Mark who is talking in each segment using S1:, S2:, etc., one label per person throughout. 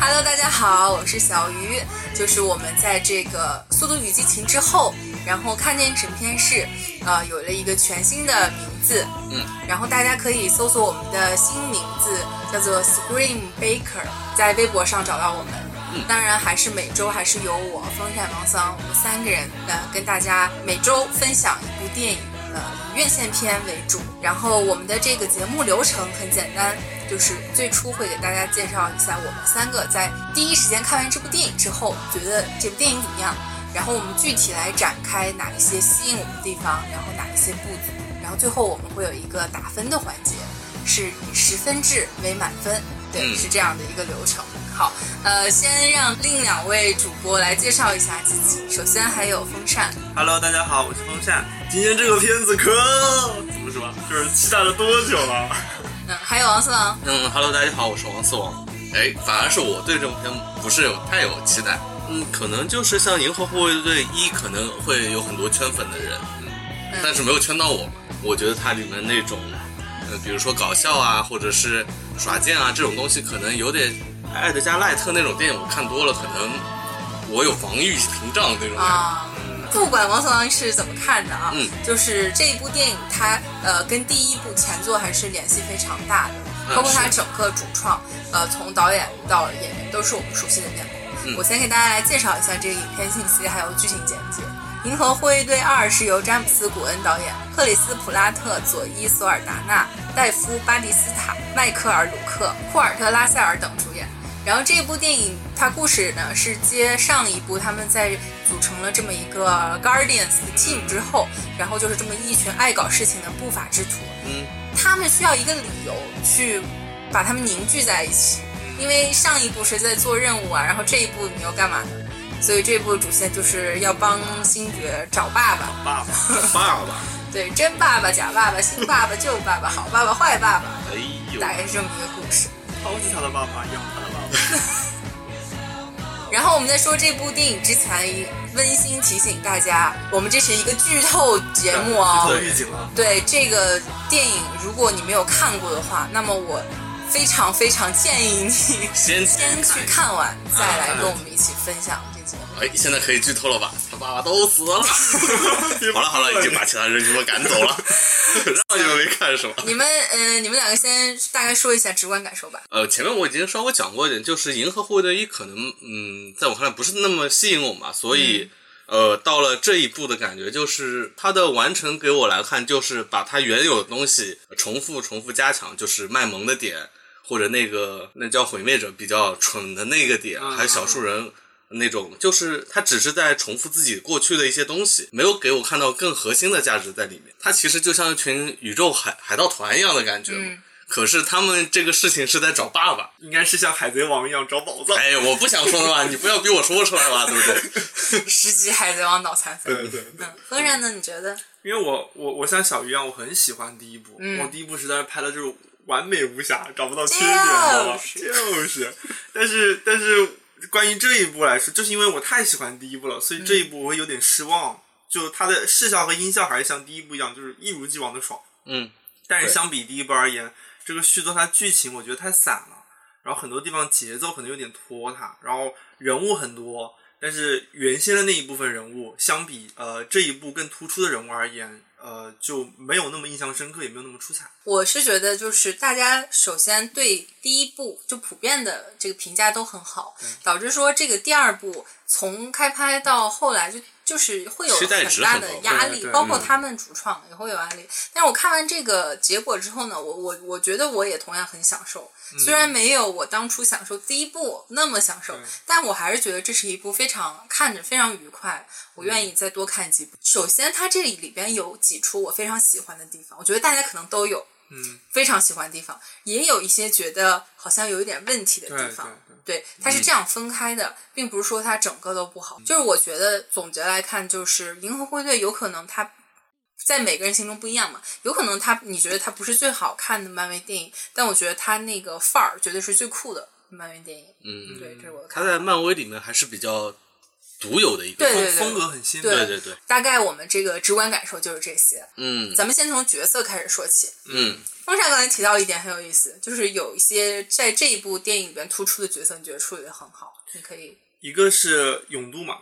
S1: Hello，大家好，我是小鱼，就是我们在这个《速度与激情》之后，然后看见整片是，呃，有了一个全新的名字，
S2: 嗯，
S1: 然后大家可以搜索我们的新名字，叫做 Scream Baker，在微博上找到我们。当然，还是每周还是由我风扇王桑，我们三个人呃跟大家每周分享一部电影。呃，以院线片为主。然后我们的这个节目流程很简单，就是最初会给大家介绍一下我们三个在第一时间看完这部电影之后，觉得这部电影怎么样，然后我们具体来展开哪一些吸引我们的地方，然后哪一些不足，然后最后我们会有一个打分的环节，是以十分制为满分，对，
S2: 嗯
S1: 是这样的一个流程。好，呃，先让另两位主播来介绍一下自己。首先还有风扇，
S2: Hello，大家好，我是风扇。今天这个片子可怎么说，就是期待了多久了？
S1: 嗯、还有王四郎，
S3: 嗯，Hello，大家好，我是王四王。哎，反而是我对这部片不是有太有期待。嗯，可能就是像《银河护卫队一》，可能会有很多圈粉的人，嗯，
S1: 嗯
S3: 但是没有圈到我。我觉得它里面那种，呃，比如说搞笑啊，或者是耍剑啊这种东西，可能有点艾德加赖特那种电影，我看多了，可能我有防御屏障那种感觉。
S1: 啊。不管王四郎是怎么看的啊，
S3: 嗯
S1: 就是这一部电影它呃跟第一部前作还是联系非常大的，
S3: 嗯
S1: 包括它
S3: 是
S1: 整个主创，呃，从导演到演员都是我们熟悉的面孔。
S3: 嗯
S1: 我先给大家来介绍一下这个影片信息还有剧情简介。《银河护卫队二》是由詹姆斯·古恩导演，克里斯·普拉特、佐伊·索尔达纳、戴夫·巴蒂斯塔、迈克尔·鲁克、库尔特·拉塞尔等主演。然后这部电影它故事呢是接上一部他们在组成了这么一个 Guardians 的 team 之后，然后就是这么一群爱搞事情的不法之徒，
S3: 嗯，
S1: 他们需要一个理由去把他们凝聚在一起，因为上一部是在做任务啊，然后这一步你又干嘛呢？所以这部主线就是要帮星爵找爸爸，
S2: 爸爸，
S3: 爸爸，
S1: 对，真爸爸、假爸爸、新爸爸、旧爸爸、好爸爸、坏爸爸，
S3: 哎呦，
S1: 大概是这么一个故事。
S2: 抛弃他的爸爸，养他的爸爸。
S1: 然后我们在说这部电影之前，温馨提醒大家，我们这是一个剧透节目哦。
S2: 对，预警了。
S1: 对这个电影，如果你没有看过的话，那么我非常非常建议你
S3: 先
S1: 先去看完，再来跟我们一起分享这节目。
S3: 哎，现在可以剧透了吧？他爸爸都死了。 好了好了，已经把其他人全部赶走了， 让你们没看是吧？
S1: 你们呃，你们两个先大概说一下直观感受吧。
S3: 呃，前面我已经稍微讲过一点，就是《银河护卫队一》可能，嗯，在我看来不是那么吸引我嘛，所以，呃，到了这一步的感觉就是它的完成给我来看，就是把它原有的东西重复、重复加强，就是卖萌的点，或者那个那叫毁灭者比较蠢的那个点，
S2: 嗯
S3: 还有小树人。那种就是他只是在重复自己过去的一些东西，没有给我看到更核心的价值在里面。它其实就像一群宇宙海海盗团一样的感觉嘛。
S1: 嗯
S3: 可是他们这个事情是在找爸爸。
S2: 应该是像海贼王一样找宝藏。
S3: 哎，我不想说的嘛，你不要逼我说出来嘛，对不对？
S1: 十集《海贼王》脑残粉，
S2: 对对，
S1: 嗯，风扇呢？你觉得？
S2: 因为我我我像小鱼一样，我很喜欢第一部，
S1: 嗯
S2: 我第一部实在是拍的就是完美无瑕，找不到缺
S1: 就
S2: 点，你知道吗？
S1: 是
S2: 就是，但是但是关于这一部来说，就是因为我太喜欢第一部了，所以
S1: 嗯
S2: 这一部我会有点失望。就它的视效和音效还是像第一部一样，就是一如既往的爽。
S3: 嗯，
S2: 但是
S3: 对
S2: 相比第一部而言，这个续作它剧情我觉得太散了，然后很多地方节奏可能有点拖沓，然后人物很多，但是原先的那一部分人物相比呃这一部更突出的人物而言，呃就没有那么印象深刻，也没有那么出彩。
S1: 我是觉得，就是大家首先对第一部就普遍的这个评价都很好，导致说这个第二部从开拍到后来就就是会有
S3: 期待
S1: 很
S3: 值
S1: 大
S3: 很
S1: 的
S3: 高
S1: 压
S2: 对
S1: 力
S2: 对，
S1: 包
S3: 嗯
S1: 括他们主创也会有压力。但是我看完这个结果之后呢，我我我觉得我也同样很享受，
S3: 嗯
S1: 虽然没有我当初享受第一部那么享受
S2: 对，
S1: 但我还是觉得这是一部非常看着非常愉快，我愿意
S3: 嗯
S1: 再多看几部。首先，它这里边有几处我非常喜欢的地方，我觉得大家可能都有。
S2: 嗯，
S1: 非常喜欢的地方，也有一些觉得好像有一点问题的
S2: 对
S1: 地
S2: 对
S1: 方。
S2: 对，
S1: 对，它
S3: 嗯
S1: 是这样分开的，并不是说它整个都不好。就是我觉得总结来看，就是《银河护卫队》有可能它在每个人心中不一样嘛，有可能它你觉得它不是最好看的漫威电影，但我觉得它那个范儿绝对是最酷的漫威电影。
S3: 嗯，
S1: 对，这是我的看
S3: 他
S1: 法。
S3: 在漫威里面还是比较独有的一个
S1: 对
S3: 风，
S2: 风风格很新，
S1: 对
S3: 对对对，
S1: 大概我们这个直观感受就是这些。
S3: 嗯
S1: 咱们先从角色开始说起。
S3: 嗯，
S1: 风扇刚才提到一点很有意思，就是有一些在这一部电影里边突出的角色，你觉得处理的很好，你可以
S2: 一个是勇度嘛，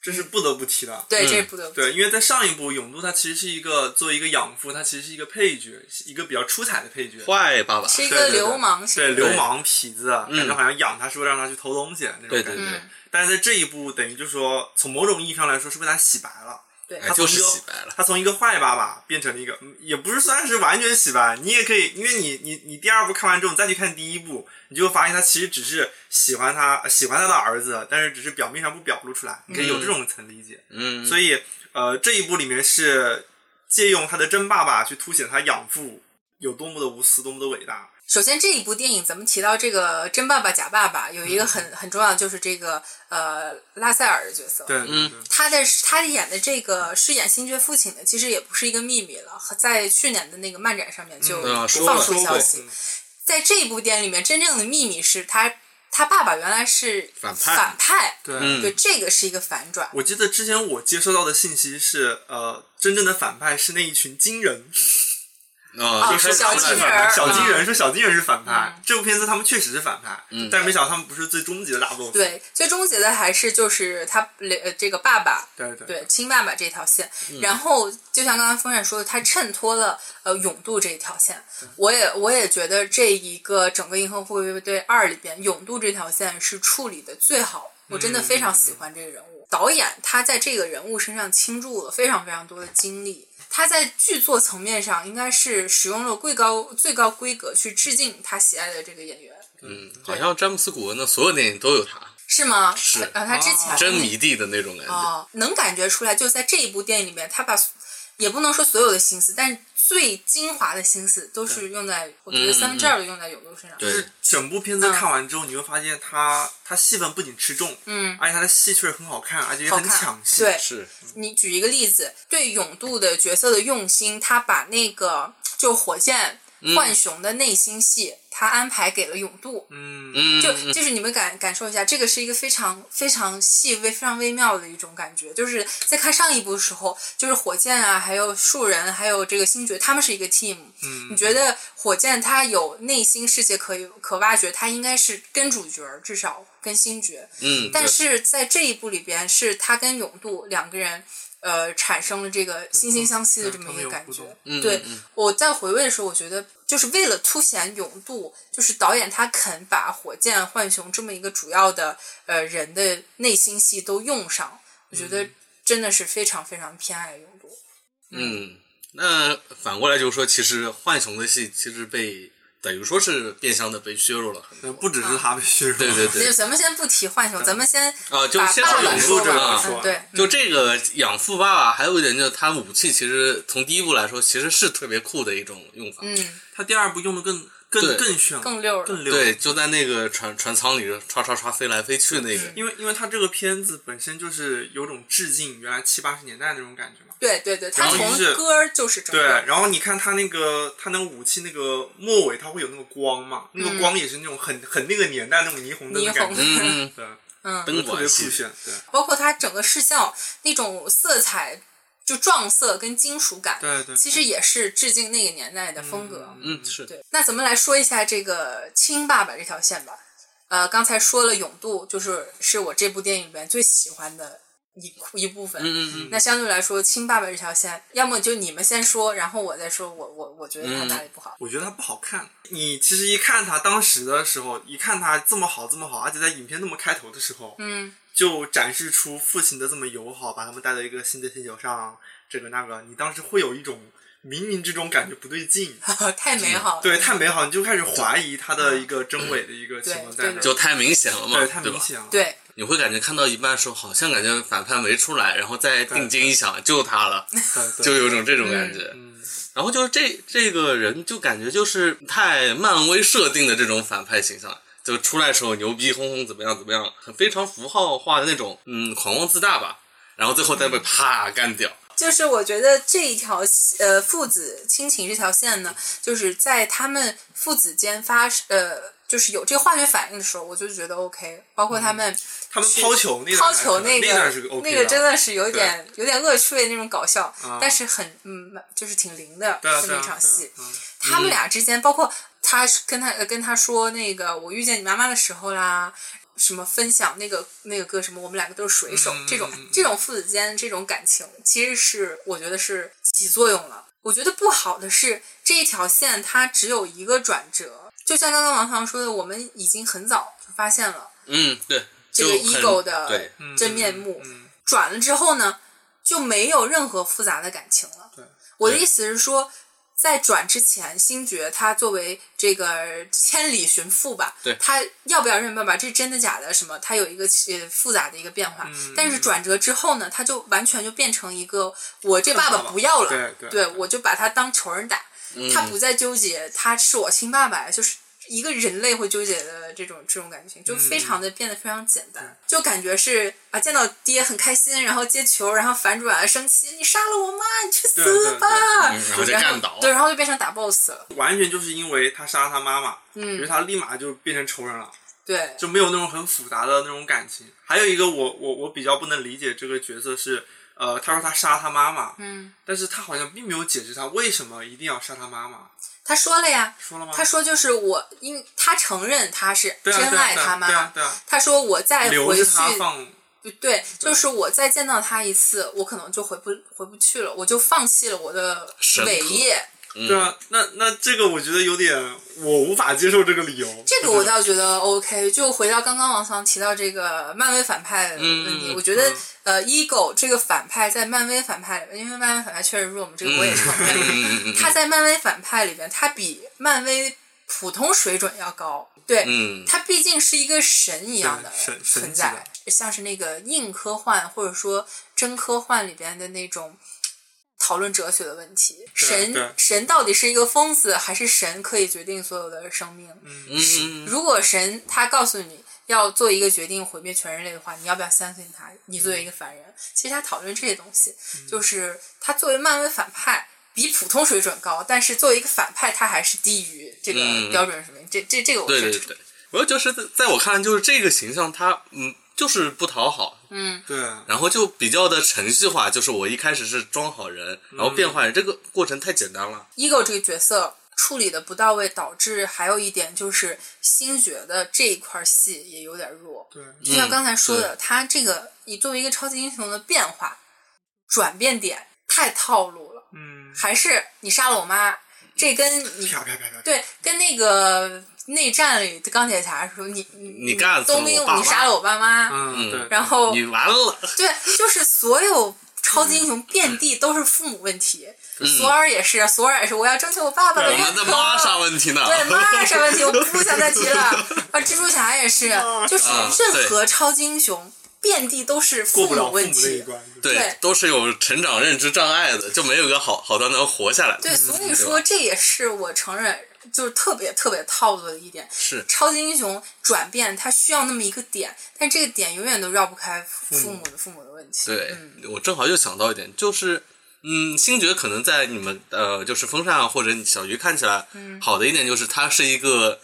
S2: 这是不得不提的，
S1: 对、
S3: 嗯
S1: 这部的
S2: 对，因为在上一部，勇度他其实是一个作为一个养父，他其实是一个配角，一个比较出彩的配角。
S3: 坏爸爸，
S1: 是一
S2: 对
S1: 个
S2: 对对
S1: 流氓型
S2: 对
S1: 的，
S2: 流氓痞子，啊感觉
S3: 嗯
S2: 好像养他是为了让他去偷东西那种
S3: 对
S2: 感觉。
S3: 对对
S1: 嗯，
S2: 但是在这一部，等于就说从某种意义上来说，是被他洗白了。
S1: 对
S3: 哎就是洗白了，
S2: 他从一个坏爸爸变成了一个，嗯也不是算是完全洗白，你也可以，因为你你你第二部看完之后，你再去看第一部，你就会发现他其实只是喜欢他呃喜欢他的儿子，但是只是表面上不表露出来，你可以有这种层理解。
S3: 嗯，
S2: 所以呃，这一部里面是借用他的真爸爸去凸显他养父有多么的无私，多么的伟大。
S1: 首先，这一部电影咱们提到这个真爸爸假爸爸，有一个很、
S3: 嗯
S1: 很重要的就是这个呃拉塞尔的角色。
S2: 对，
S3: 嗯
S2: 对
S1: 他的他演的这个饰演星爵父亲的，其实也不是一个秘密了，在去年的那个漫展上面就
S3: 嗯啊说
S1: 放
S3: 了
S1: 出
S2: 说
S1: 消
S2: 过
S1: 息。
S2: 嗯
S1: 在这一部电影里面，真正的秘密是他他爸爸原来是
S3: 反派
S1: 反派，
S2: 对。
S3: 嗯
S1: 对，这个是一个反转。
S2: 我记得之前我接收到的信息是，呃，真正的反派是那一群金人，
S1: 哦
S3: 啊，就是
S1: 小
S3: 反
S1: 金
S3: 派
S1: 人儿
S2: 小金
S1: 嗯
S2: 人说小金人是反派。这部片子他们确实是反派，
S3: 嗯
S2: 但是没想到他们不是最终极的大 boss。
S1: 对，最终结的还是就是他呃这个爸爸
S2: 对对
S1: 对亲爸爸这条线，
S3: 嗯
S1: 然后就像刚刚风扇说的，他衬托了呃勇度这一条线。我也我也觉得这一个整个《银河护卫队二》里边，勇度这条线是处理的最好，我真的非常
S3: 嗯
S1: 喜欢这个人物。导演他在这个人物身上倾注了非常非常多的精力。他在剧作层面上应该是使用了最高最高规格去致敬他喜爱的这个演员，
S3: 嗯，好像詹姆斯古恩的所有电影都有他，
S1: 是吗？
S3: 是
S1: 啊，他之前、
S3: 真迷弟的那种感觉，
S1: 哦，能感觉出来，就在这一部电影里面，他把所也不能说所有的心思，但是最精华的心思都是用在，我觉得三分之二都用在永度身上。
S3: 对，
S2: 整部片子
S1: 嗯
S2: 看完之后，你会发现他他戏份不仅吃重，
S1: 嗯，
S2: 而且他的戏确实很好看，而且也
S1: 好
S2: 很
S1: 看
S2: 抢戏。
S1: 对
S3: 是，
S1: 你举一个例子，对永度的角色的用心，他把那个就火箭浣熊的内心戏，他安排给了永度。
S2: 嗯，
S3: 嗯，
S1: 就
S3: 嗯
S1: 就是你们感感受一下，这个是一个非常非常细微、非常微妙的一种感觉。就是在看上一部的时候，就是火箭啊，还有树人，还有这个星爵，他们是一个 team。嗯，你觉得火箭他有内心世界可以可挖掘，他应该是跟主角儿，至少跟星爵。
S3: 嗯，
S1: 但
S3: 对
S1: 是在这一部里边，是他跟永度两个人，呃，产生了这个惺惺相惜的这么一个感觉。
S3: 嗯
S1: 对
S3: 嗯嗯，
S1: 我在回味的时候，我觉得就是为了凸显勇度，就是导演他肯把火箭浣熊这么一个主要的呃人的内心戏都用上，我觉得真的是非常非常偏爱勇度。
S3: 嗯，那反过来就是说，其实浣熊的戏其实被等于说是变相的被削弱了很多。
S2: 对呃不只
S1: 嗯
S2: 是他被削弱，
S3: 对对
S1: 那
S3: 对
S1: 就，咱们先不提浣熊，咱们先
S3: 啊就
S1: 把
S3: 先
S1: 爸
S3: 说啊
S1: 爸
S3: 勇
S1: 说
S2: 度这个
S1: 完。嗯，
S2: 说
S1: 对，
S3: 就这个养父爸爸，还有一点就是他武器，其实从第一部来说，其实是特别酷的一种用法。
S1: 嗯，
S2: 他第二部用的更更
S3: 对
S2: 更炫了，
S1: 更溜了
S2: 更溜。
S3: 对，，就在那个船船舱里唰唰唰飞来飞去那个。
S2: 因为因为他这个片子本身就是有种致敬原来七八十年代那种感觉嘛。
S1: 对对对，他
S2: 然后
S1: 从
S2: 就是
S1: 歌儿就是整
S2: 对
S1: 个，
S2: 然后你看他那个他那个武器那个末尾，它会有那个光嘛，那个光也是那种很很那个年代那种霓虹灯的
S1: 嗯
S2: 感
S1: 霓
S2: 觉，
S1: 虹
S3: 嗯，
S2: 对，
S1: 嗯
S2: 我觉得
S3: 灯
S2: 特别
S3: 管
S2: 酷
S3: 戏，
S2: 炫，对。
S1: 包括它整个视效那种色彩，就撞色跟金属感，
S2: 对对
S1: 其实也是致敬那个年代的风格。啊
S3: 嗯是，
S1: 对，那咱们来说一下这个亲爸爸这条线吧。呃，刚才说了勇度，就是是我这部电影里面最喜欢的一一部分。
S3: 嗯嗯
S1: 那相对来说，亲爸爸这条线，要么就你们先说，然后我再说我我我觉得他哪里不好。
S2: 我觉得它不好看。你其实一看它当时的时候，一看它这么好这么好，而且在影片那么开头的时候，
S1: 嗯，
S2: 就展示出父亲的这么友好，把他们带到一个新的星球上，这个那个，你当时会有一种冥冥之中感觉不对劲，
S3: 嗯
S1: 太美好了。
S2: 对，太美好，你就开始怀疑他的一个真伪的一个情况在
S1: 嗯对
S2: 那儿，
S1: 对
S3: 就太明显了嘛，
S2: 对，
S3: 对
S2: 太明
S3: 吧？
S2: 显了。
S1: 对
S3: 你会感觉看到一半的时候，好像感觉反派没出来，然后再定睛一想，就他了，
S2: 对，
S3: 就
S2: 对
S3: 有种这种感觉。
S2: 嗯，
S3: 然后就是这这个人就感觉就是太漫威设定的这种反派形象，就出来的时候牛逼哄哄怎么样怎么样，很非常符号化的那种，嗯，狂妄自大吧。然后最后再被啪干掉，
S1: 就是我觉得这一条呃父子亲情这条线呢，就是在他们父子间发呃，就是有这个化学反应的时候，我就觉得 OK。包括他
S3: 嗯
S1: 们
S2: 他们抛球那段
S1: 抛
S2: 还
S1: 球
S2: 可能
S1: 个
S2: 那段是 OK
S1: 那个真的是有点有点恶趣味那种搞笑，
S2: 啊
S1: 但是很嗯，就是挺灵的
S2: 对啊
S1: 这么一场戏。，
S2: 对啊对啊嗯
S1: 他们俩之间，包括他是跟他呃跟他说那个我遇见你妈妈的时候啦，什么分享那个那个歌什么，我们两个都是水手，
S2: 嗯
S1: 这种
S2: 嗯嗯
S1: 这种父子间这种感情，其实是我觉得是起作用了。我觉得不好的是这一条线它只有一个转折，就像刚刚王强说的，我们已经很早就发现了
S3: 嗯，对，
S1: 这
S3: 就
S1: 个
S3: 很
S1: ego 的
S3: 对，
S1: 真面目。
S2: 嗯嗯
S1: 转了之后呢，就没有任何复杂的感情了。
S2: 对
S1: 我的意思是说，在转之前，星爵他作为这个千里寻父吧，
S3: 对
S1: 他要不要认爸爸，这真的假的什么，他有一个呃复杂的一个变化。
S2: 嗯
S1: 但是转折之后呢，他就完全就变成一个我这爸爸不要了，
S2: 对对
S1: 我就把他当仇人打，他
S2: 嗯
S1: 不再纠结他是我亲爸爸呀，就是。一个人类会纠结的这种这种感情，就非
S2: 嗯
S1: 常的变得非常简单，就感觉是啊见到爹很开心，然后接球，然后反转生气，你杀了我妈，你去
S2: 对对
S1: 死
S2: 对
S1: 吧，
S3: 嗯然后就干倒
S1: 对，然后就变成打 boss 了，
S2: 完全就是因为他杀了他妈妈，嗯，因为他立马就变成仇人了，
S1: 对，
S2: 就没有那种很复杂的那种感情。还有一个我我我比较不能理解这个角色是，呃，他说他杀他妈妈，
S1: 嗯，
S2: 但是他好像并没有解释他为什么一定要杀他妈妈，
S1: 他说了呀，
S2: 说了吗？
S1: 他说就是我，因他承认他是
S2: 嗯对啊
S1: 真
S2: 对啊
S1: 爱
S2: 对啊
S1: 他妈，
S2: 对啊对啊，
S1: 他说我再
S2: 留
S1: 回
S2: 着
S1: 去，
S2: 他放，
S1: 对，就是我再见到他一次，我可能就回不回不去了，我就放弃了我的
S3: 神
S1: 伟
S3: 婆
S1: 业，
S3: 嗯
S2: 对啊，那那这个我觉得有点我无法接受这个理由。
S1: 这个我倒觉得 OK。就回到刚刚王桑提到这个漫威反派的问题，
S3: 嗯
S1: 我觉得、呃，ego 这个反派在漫威反派里边，因为漫威反派确实弱嘛，这个我也承认。
S3: 嗯嗯
S1: 他在漫威反派里边，他比漫威普通水准要高。对，
S3: 嗯
S1: 他毕竟是一个神一样的
S2: 对神神
S1: 存
S2: 级的
S1: 在，像是那个硬科幻或者说真科幻里边的那种讨论哲学的问题。
S2: 对
S1: 神神到底是一个疯子，还是神可以决定所有的生命？
S3: 嗯嗯，嗯
S1: 如果神他告诉你要做一个决定毁灭全人类的话，你要不要相信他？你作为一个凡人，
S3: 嗯
S1: 其实他讨论这些东西，就是他作为漫威反派比普通水准高，但是作为一个反派，他还是低于这个
S3: 嗯
S1: 标准水平。这这这个我
S3: 对
S1: 是
S3: 对对对，我就是在在我看来，就是这个形象他嗯就是不讨好，
S1: 嗯
S2: 对啊，
S3: 然后就比较的程序化，就是我一开始是装好人，
S1: 嗯
S3: 然后变坏人，这个过程太简单了。
S1: ego 这个角色处理的不到位，导致还有一点就是星爵的这一块戏也有点弱。
S2: 对，
S1: 就像刚才说
S3: 嗯
S1: 的，他这个你作为一个超级英雄的变化转变点太套路了，
S2: 嗯，
S1: 还是你杀了我妈，这跟你
S2: 啪啪啪啪，
S1: 对跟那个内战里的钢铁侠说你你
S3: 你干死了
S1: 冬兵
S3: 我爸妈
S1: 你杀了我爸妈，
S2: 嗯对，
S1: 然后
S3: 你完了，
S1: 对，就是所有超级英雄遍地都是父母问题，
S3: 嗯
S1: 索尔也是，索尔也是，我要争取我爸爸的
S3: 我
S1: 认
S3: 们
S1: 可
S3: 的。玛莎问题呢？
S1: 对 玛莎问题，我不想再提了。啊，蜘蛛侠也 是，就是
S3: 啊
S1: 任何超级英雄遍地都是
S2: 过
S1: 父
S2: 不了
S1: 母
S2: 父母
S1: 问
S2: 那一
S1: 题。
S2: 关，对
S1: 对
S3: 对，都是有成长认知障碍的，就没有一个好好的能活下来的。
S1: 对，所以
S3: 嗯吧
S1: 说这也是我承认，就是特别特别套路的一点。
S3: 是
S1: 超级英雄转变，他需要那么一个点，但这个点永远都绕不开父母的父母的问题。嗯
S3: 对，我正好又想到一点，就是。嗯，星爵可能在你们呃，就是风扇或者小鱼看起来，
S1: 嗯
S3: 好的一点就是它是一个，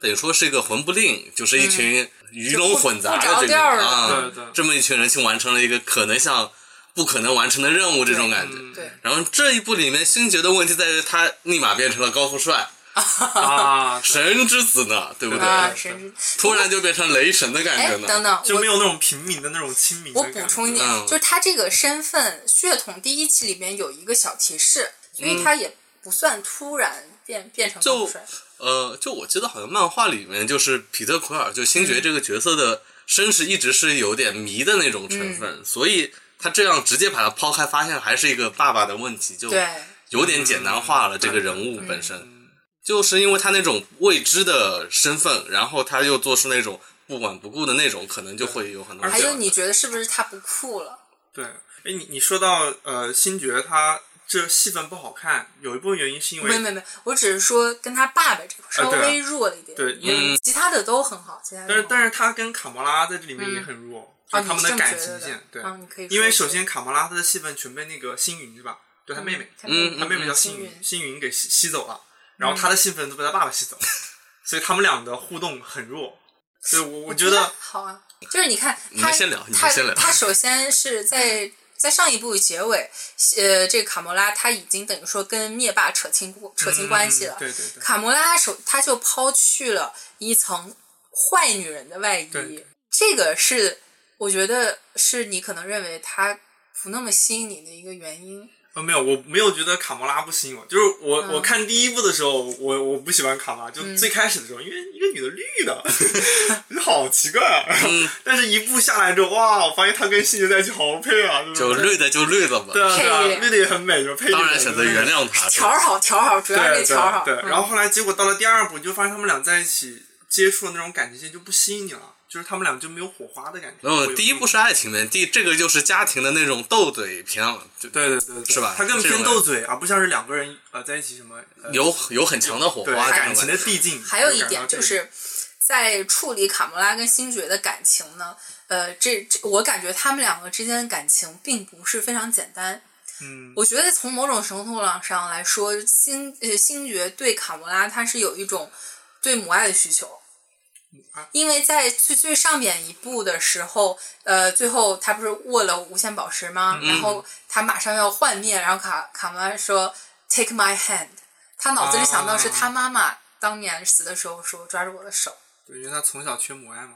S3: 等于说是一个混不吝，就是一群鱼龙混杂
S1: 嗯就不不
S3: 的
S1: 着
S3: 这种
S1: 调儿了
S3: 啊
S2: 对对，
S3: 这么一群人去完成了一个可能像不可能完成的任务这种感觉。
S2: 嗯
S1: 对
S3: 然后这一部里面，星爵的问题在于他立马变成了高富帅，
S2: 啊，对
S3: 神之子呢，对不对？
S1: 啊，
S2: 对
S1: 神之
S3: 突然就变成雷神的感
S1: 哎
S3: 觉，呢。
S1: 等等，
S2: 就
S1: 我
S2: 没有那种平民的那种亲民的
S1: 我
S2: 感觉。
S1: 补充一点，
S3: 嗯
S1: 就是他这个身份血统第一期里面有一个小提示，所
S2: 嗯
S1: 以他也不算突然变变成
S3: 就
S1: 高帅。
S3: 呃，就我记得好像漫画里面就是皮特奎尔，就星爵这个角色的绅士一直是有点迷的那种成分，所以他这样直接把它抛开，发现还是一个爸爸的问题，就
S1: 对，
S3: 有点简单化了、
S2: 嗯
S3: 这个
S2: 对
S3: 人物
S1: 嗯
S3: 本身。就是因为他那种未知的身份，然后他又做出那种不管不顾的那种，可能就会有很多。
S1: 啊还有你觉得是不是他不酷了？
S2: 对，哎，你你说到呃，星爵他这戏份不好看，有一部分原因是因
S1: 没有没
S2: 为，
S1: 有没有，我只是说跟他爸爸这块稍
S2: 啊对啊
S1: 微弱了一点，
S2: 对嗯
S1: 因为其他的都很好，其他的
S2: 但是
S1: 是
S2: 但是他跟卡魔拉在这里面也很弱，就
S1: 啊，
S2: 是他们
S1: 你是这么
S2: 感
S1: 觉
S2: 情
S1: 得的
S2: 线，对，
S1: 啊，你可以说一说，
S2: 因为首先卡魔拉她的戏份全被那个星云是吧？就她妹妹，
S1: 他
S3: 嗯
S2: 她妹妹叫
S1: 星
S2: 星云，
S1: 云嗯
S2: 星云给吸吸走了，然后她的戏份都被她爸爸吸 走，所以他们俩的互动很弱。所以我我觉得
S1: 好啊，就是你看
S3: 你
S1: 他
S3: 们先聊你们
S1: 他
S3: 先聊
S1: 他首先是 在在上一部结尾，呃，这个卡魔拉他已经等于说跟灭霸扯清过扯清关系了。
S2: 嗯对对对，
S1: 卡魔拉她首他就抛去了一层坏女人的外衣
S2: 对，
S1: 这个是我觉得是你可能认为他不那么吸引你的一个原因。
S2: 呃，没有，我没有觉得卡魔拉不吸引我，就是我、
S1: 嗯
S2: 我看第一部的时候，我我不喜欢卡魔拉，就最开始的时候，因为一个女的绿的， 好奇怪啊。
S3: 嗯
S2: 但是一部下来之后，哇，我发现她跟星爵在一起好配啊，
S3: 就
S2: 就是
S3: 绿的就绿的吧，
S2: 对啊对
S1: 配
S2: 啊，
S1: 乐
S2: 绿的也很美，就配乐
S3: 当然选择
S2: 就是
S3: 原谅他。
S1: 调儿好，调儿好，主要是
S2: 对
S1: 得调儿好。
S2: 对
S1: 嗯
S2: 对，然后后来结果到了第二部，你就发现他们俩在一起接触的那种感情线就不吸引你了，就是他们俩就没有火花的感觉。
S3: 嗯，
S2: 会有
S3: 第一部是爱情片，第这个就是家庭的那种斗嘴片了，就
S2: 对对对对，
S3: 是吧
S2: 他更
S3: 这种
S2: 偏斗嘴，而不像是两个人呃在一起什么呃
S3: 有有很强的火
S2: 对
S3: 花，
S2: 感情的递进。
S1: 还有
S2: 能
S1: 一
S2: 感
S1: 点
S2: 到
S1: 就
S2: 这个
S1: 是，在处理卡魔拉跟星爵的感情呢，呃，这这我感觉他们两个之间的感情并不是非常简单。
S2: 嗯，
S1: 我觉得从某种程度上来说，星呃星爵对卡魔拉他是有一种对母爱的需求
S2: 爱。
S1: 因为在最最上面一步的时候，呃，最后他不是握了无限宝石吗？然后他马上要幻灭，然后卡卡魔拉说 “Take my hand”，他脑子里想到是他妈妈当年死的时候说“抓住我的手”，
S2: 对，因为他从小缺母爱嘛。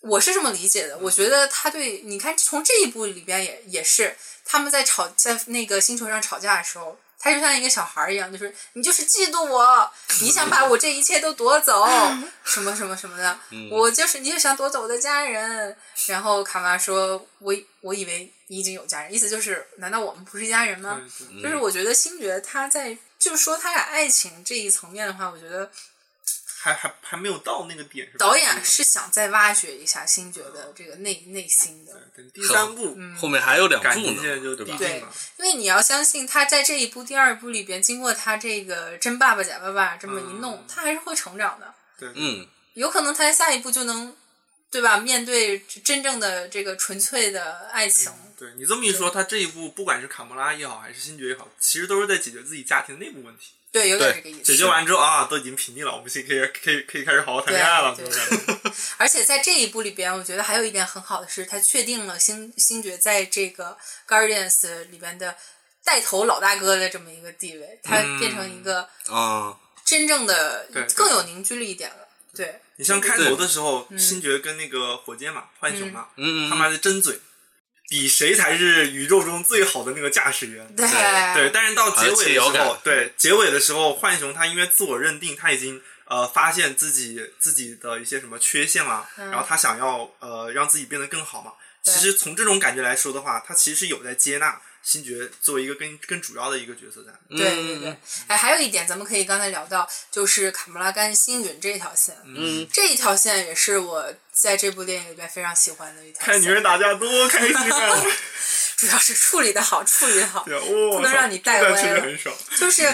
S1: 我是这么理解的，我觉得他对你看从这一部里边也也是他们在吵在那个星球上吵架的时候，他就像一个小孩儿一样，就是你就是嫉妒我，你想把我这一切都夺走，什么什么什么的，我就是你就想夺走我的家人。然后卡玛说，我以我以为你已经有家人，意思就是难道我们不是一家人吗？
S2: 对对
S1: 就是我觉得星爵他在就是说他俩爱情这一层面的话，我觉得
S2: 还还还没有到那个点是吧？
S1: 导演是想再挖掘一下星爵的这个内内心的。
S2: 对等第三部
S3: 后面还有两
S2: 感
S3: 部
S2: 情
S3: 呢
S2: 线，就
S3: 对
S2: 递
S3: 吧？
S1: 对
S2: 进了。
S1: 因为你要相信他在这一部、第二部里边，经过他这个真爸爸假爸爸这么一弄，
S2: 嗯
S1: 他还是会成长的。
S2: 对，
S3: 嗯，
S1: 有可能他下一步就能，对吧？面对真正的这个纯粹的爱情，
S2: 对你这么一说，他这一部不管是卡魔拉也好，还是星爵也好，其实都是在解决自己家庭内部问题。
S1: 对，有点这
S3: 对
S1: 个意
S2: 解
S1: 思。
S2: 决完之后啊，都已经平定了，我们现在可以可以可以开始好好谈恋爱了，
S1: 对
S2: 这种感觉。
S1: 而且在这一部里边，我觉得还有一点很好的是，他确定了星星爵在这个 Guardians 里边的带头老大哥的这么一个地位，他变成一个
S3: 啊，
S1: 真正的
S2: 嗯对对
S1: 更有凝聚力一点了。对，
S2: 你像开头的时候，星爵跟那个火箭嘛，浣熊嘛，
S3: 嗯
S2: 他们还在争嘴，比谁才是宇宙中最好的那个驾驶员。
S1: 对
S2: 对，但是到
S3: 还
S2: 结尾的
S3: 有自
S2: 时
S3: 由
S2: 候
S3: 感，
S2: 对结尾的时候，浣熊他因为自我认定，他已经呃发现自己自己的一些什么缺陷啦，然后他想要呃让自己变得更好嘛。
S1: 嗯对
S2: 其实从这种感觉来说的话，他其实有在接纳星爵作为一个更更主要的一个角色在。
S1: 对对
S2: 嗯
S1: 对，哎，还有一点，咱们可以刚才聊到，就是卡莫拉甘星云这一条线，
S3: 嗯，
S1: 这一条线也是我在这部电影里边非常喜欢的一条
S2: 看女
S1: 线，
S2: 人打架多开心 啊！
S1: 主要是处理的好，处理的好，
S2: 对，嗯哇，
S1: 不能让你带
S2: 这
S1: 歪
S2: 段确实很爽。
S1: 就是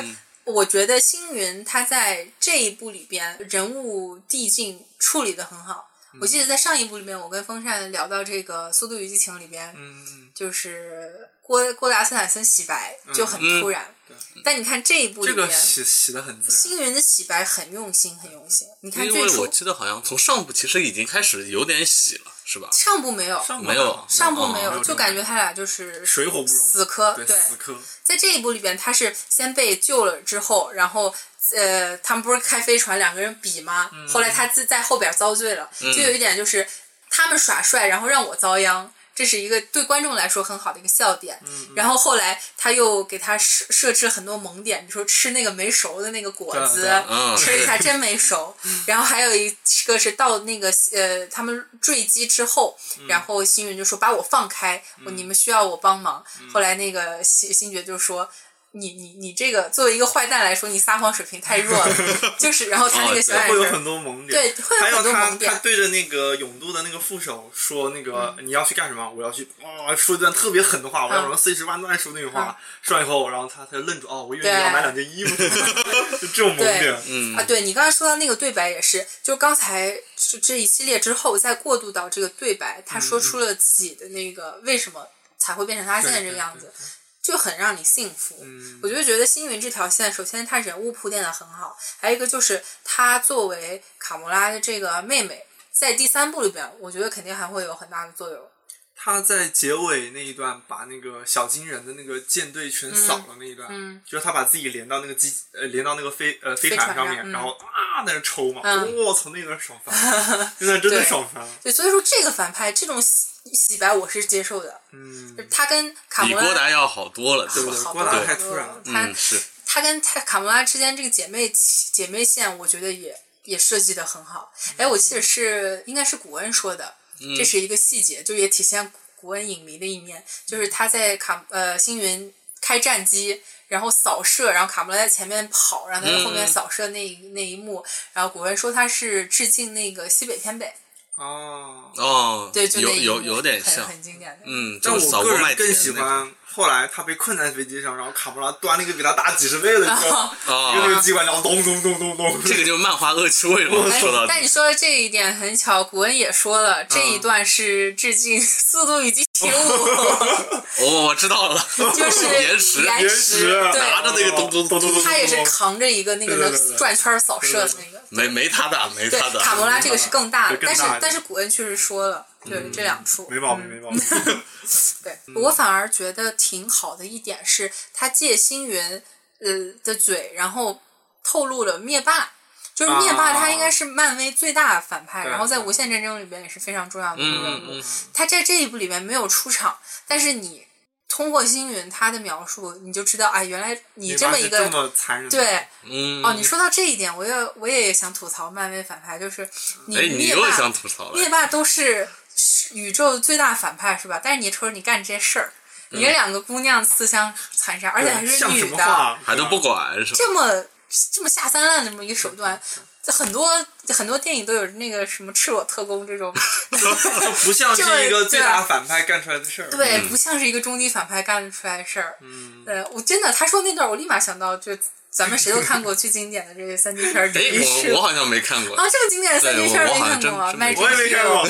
S1: 我觉得星云他在这一部里边人物递进处理的很好。
S2: 嗯
S1: 我记得在上一部里面，我跟风扇聊到这个《速度与激情》里边，
S2: 嗯，
S1: 就是郭郭达斯坦森洗白就很突然，但你看这一部里
S2: 嗯这
S1: 边，
S2: 个洗洗的很自然。
S1: 星云的洗白很用心，很用心。你看
S3: 因
S1: 最
S3: 为我
S1: 初
S3: 记得好像从上部其实已经开始有点洗了，是吧？
S1: 上部没有，
S2: 上部
S3: 没有
S1: 上部
S3: 哦
S1: 没
S2: 没
S1: 有，
S2: 有
S1: 就感觉他俩就是
S2: 水火不容
S1: 死磕。
S2: 对
S1: 对，
S2: 死磕，
S1: 在这一部里边，他是先被救了之后，然后呃，他们不是开飞船两个人比吗？
S2: 嗯
S1: 后来他自在后边遭罪了，就有一点就是他们耍帅，然后让我遭殃。这是一个对观众来说很好的一个笑点。
S2: 嗯
S1: 然后后来他又给他设设置很多萌点，比如说吃那个没熟的那个果
S2: 对啊
S1: 子
S2: 对啊，
S3: 嗯
S1: 吃一下真没 熟。然后还有一个是到那个呃，他们坠机之后，
S3: 嗯
S1: 然后星云就说把我放开，我你们需要我帮忙。
S3: 嗯
S1: 后来那个星星爵就说。你你你这个作为一个坏蛋来说，你撒谎水平太弱 了，就是，然后他那个
S3: 哦
S1: 小
S3: 对
S1: 矮
S2: 会有
S1: 人
S2: 很多萌点。
S1: 对， 会
S2: 还
S1: 有
S2: 有
S1: 很多
S2: 他
S1: 萌
S2: 他
S1: 点。嗯
S2: 对着那个勇度的那个副手说那个、你要去干什么？我要去啊、说一段特别狠的话，我要什么碎尸万段说那种话。说完以后，然后他他就愣住，哦，我以为你要
S1: 嗯对
S2: 买两件衣服， 就这种萌点。嗯
S1: 啊，对你刚才说到那个对白也是，就刚才这这一系列之后，再过渡到这个对白，他
S2: 嗯
S1: 说出了自己的那个为什么才会变成他现在这个样子，就很让你幸福。
S2: 嗯
S1: 我就觉得星云这条线，首先他人物铺垫的很好，还有一个就是他作为卡魔拉的这个妹妹，在第三部里边，我觉得肯定还会有很大的作用。
S2: 他在结尾那一段把那个小金人的那个舰队全扫了那一段，
S1: 嗯
S2: 就是他把自己连到那个机呃连到那个飞呃飞
S1: 飞
S2: 船
S1: 船
S2: 上
S1: 上
S2: 面，
S1: 嗯
S2: 然后啊在那抽嘛，
S1: 嗯
S2: 我操、那段爽翻了， 那段真的
S1: 对
S2: 爽翻了，
S1: 对，所以说这个反派这种洗洗白我是接受的，
S2: 嗯，
S1: 他跟卡
S3: 比
S1: 魔
S3: 郭
S1: 拉。
S3: 达要好多了，对
S2: 对
S3: 吧
S2: 对？
S1: 好
S2: 郭
S1: 多
S2: 达
S1: 好
S2: 太
S1: 多
S2: 突然了
S1: 他、
S3: 嗯，是
S1: 他跟他卡魔拉之间这个姐妹姐妹线，我觉得也也设计的很好。哎，我
S3: 嗯
S1: 记得是应该是古恩说的，这是一个细节，就也体现古古恩影迷的一面，就是他在卡呃星云开战机。然后扫射，然后卡魔拉在前面跑，然后他在后面
S3: 嗯嗯
S1: 扫射那一、那一幕，然后古恩说他是致敬那个西北偏北，
S2: 哦。
S3: 哦，
S1: 对，就那
S3: 有
S1: 一幕
S3: 有有点
S1: 很
S3: 像，
S1: 很经典的。
S3: 嗯，
S2: 但
S3: 就扫
S2: 我
S3: 过
S2: 个
S3: 麦
S2: 人
S3: 田
S2: 更喜
S3: 那个
S2: 欢后来他被困在飞机上，然后卡布拉端了一个比他大几十倍的一个
S1: 哦
S2: 一个那
S3: 哦
S2: 个，机关枪，咚咚咚咚咚。
S3: 这个就是漫画恶趣味嘛。
S1: 哎
S3: 说到底
S1: 但你说的这一点很巧，古恩也说了，这一段是致敬《 速度与激情五》
S3: 哦，我知道了，
S1: 就是
S3: 延迟
S1: 延
S2: 延啊
S1: 迟
S2: 迟，
S1: 对
S3: 拿着那个咚咚咚咚咚，
S1: 他也是扛着一个那个
S2: 对对对
S1: 能
S2: 对
S1: 转圈扫射的那个。
S3: 没没他大，没
S1: 对
S3: 他，大。
S1: 卡罗拉这个是更大的，
S2: 对
S1: 但
S2: 更
S1: 是
S2: 大一点
S1: 但是古恩确实说了，对这两处
S2: 没毛病，没毛病。
S1: 嗯 对
S3: 嗯
S1: 我反而觉得挺好的一点是，他借星云呃的嘴，然后透露了灭霸。就是灭霸，
S2: 啊
S1: 他应该是漫威最大的反派，
S2: 对
S1: 然后在
S2: 对
S1: 无限战争里边也是非常重要的一个人物。
S3: 嗯嗯
S1: 他在这一部里面没有出场，但是你通过星云他的描述，你就知道啊，原来你这么一
S2: 这
S1: 个
S2: 么残忍，
S1: 对
S3: 嗯，
S1: 哦，你说到这一点，我也我也想吐槽漫威反派，就是你
S3: 哎，你
S1: 灭
S3: 又想
S1: 霸，
S3: 吐槽
S1: 灭
S3: 了？
S1: 霸都是宇宙最大反派是吧？但是你瞅瞅你干这些事儿，你
S3: 嗯
S1: 这两个姑娘自相残杀，而且还
S2: 对，
S1: 是
S2: 像什
S1: 女
S2: 么
S1: 的，
S2: 话
S3: 还都不管是吧？
S1: 这么这么下三滥的这么一个手段，很多很多电影都有那个什么赤裸特工这种，
S2: 就不像是一
S1: 就是
S2: 个
S1: 对
S2: 最大反派干出来的事儿。
S1: 对，
S3: 嗯
S1: 不像是一个终极反派干得出来的事儿。
S2: 嗯，
S1: 呃，我真的他说那段，我立马想到就咱们谁都看过最经典的这些三级片儿，
S3: 哎，
S1: 李是
S3: 我我好像没看过。
S1: 啊，这么经典的三
S3: 对
S1: 级
S3: 我
S1: 片儿
S3: 我
S1: 没
S3: 好
S1: 看
S3: 像真
S1: 过啊，
S3: 真
S1: 麦
S3: 没
S1: 之
S2: 我也没看过，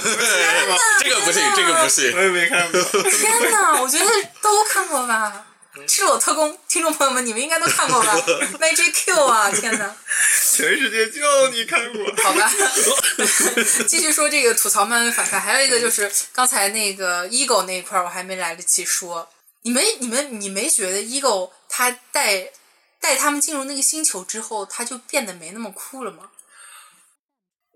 S3: 这个不行，这个不行
S2: 我。也没看过。
S1: 天呐，我觉得都看过吧。赤裸特工，听众朋友们，你们应该都看过吧？Magic Q 啊，天呐，
S2: 全世界就你看过。
S1: 好吧，继续说这个吐槽漫威反派，还有一个就是刚才那个 Ego 那一块儿，我还没来得及说。你没、你们、你没觉得 Ego 他带带他们进入那个星球之后，他就变得没那么酷了吗？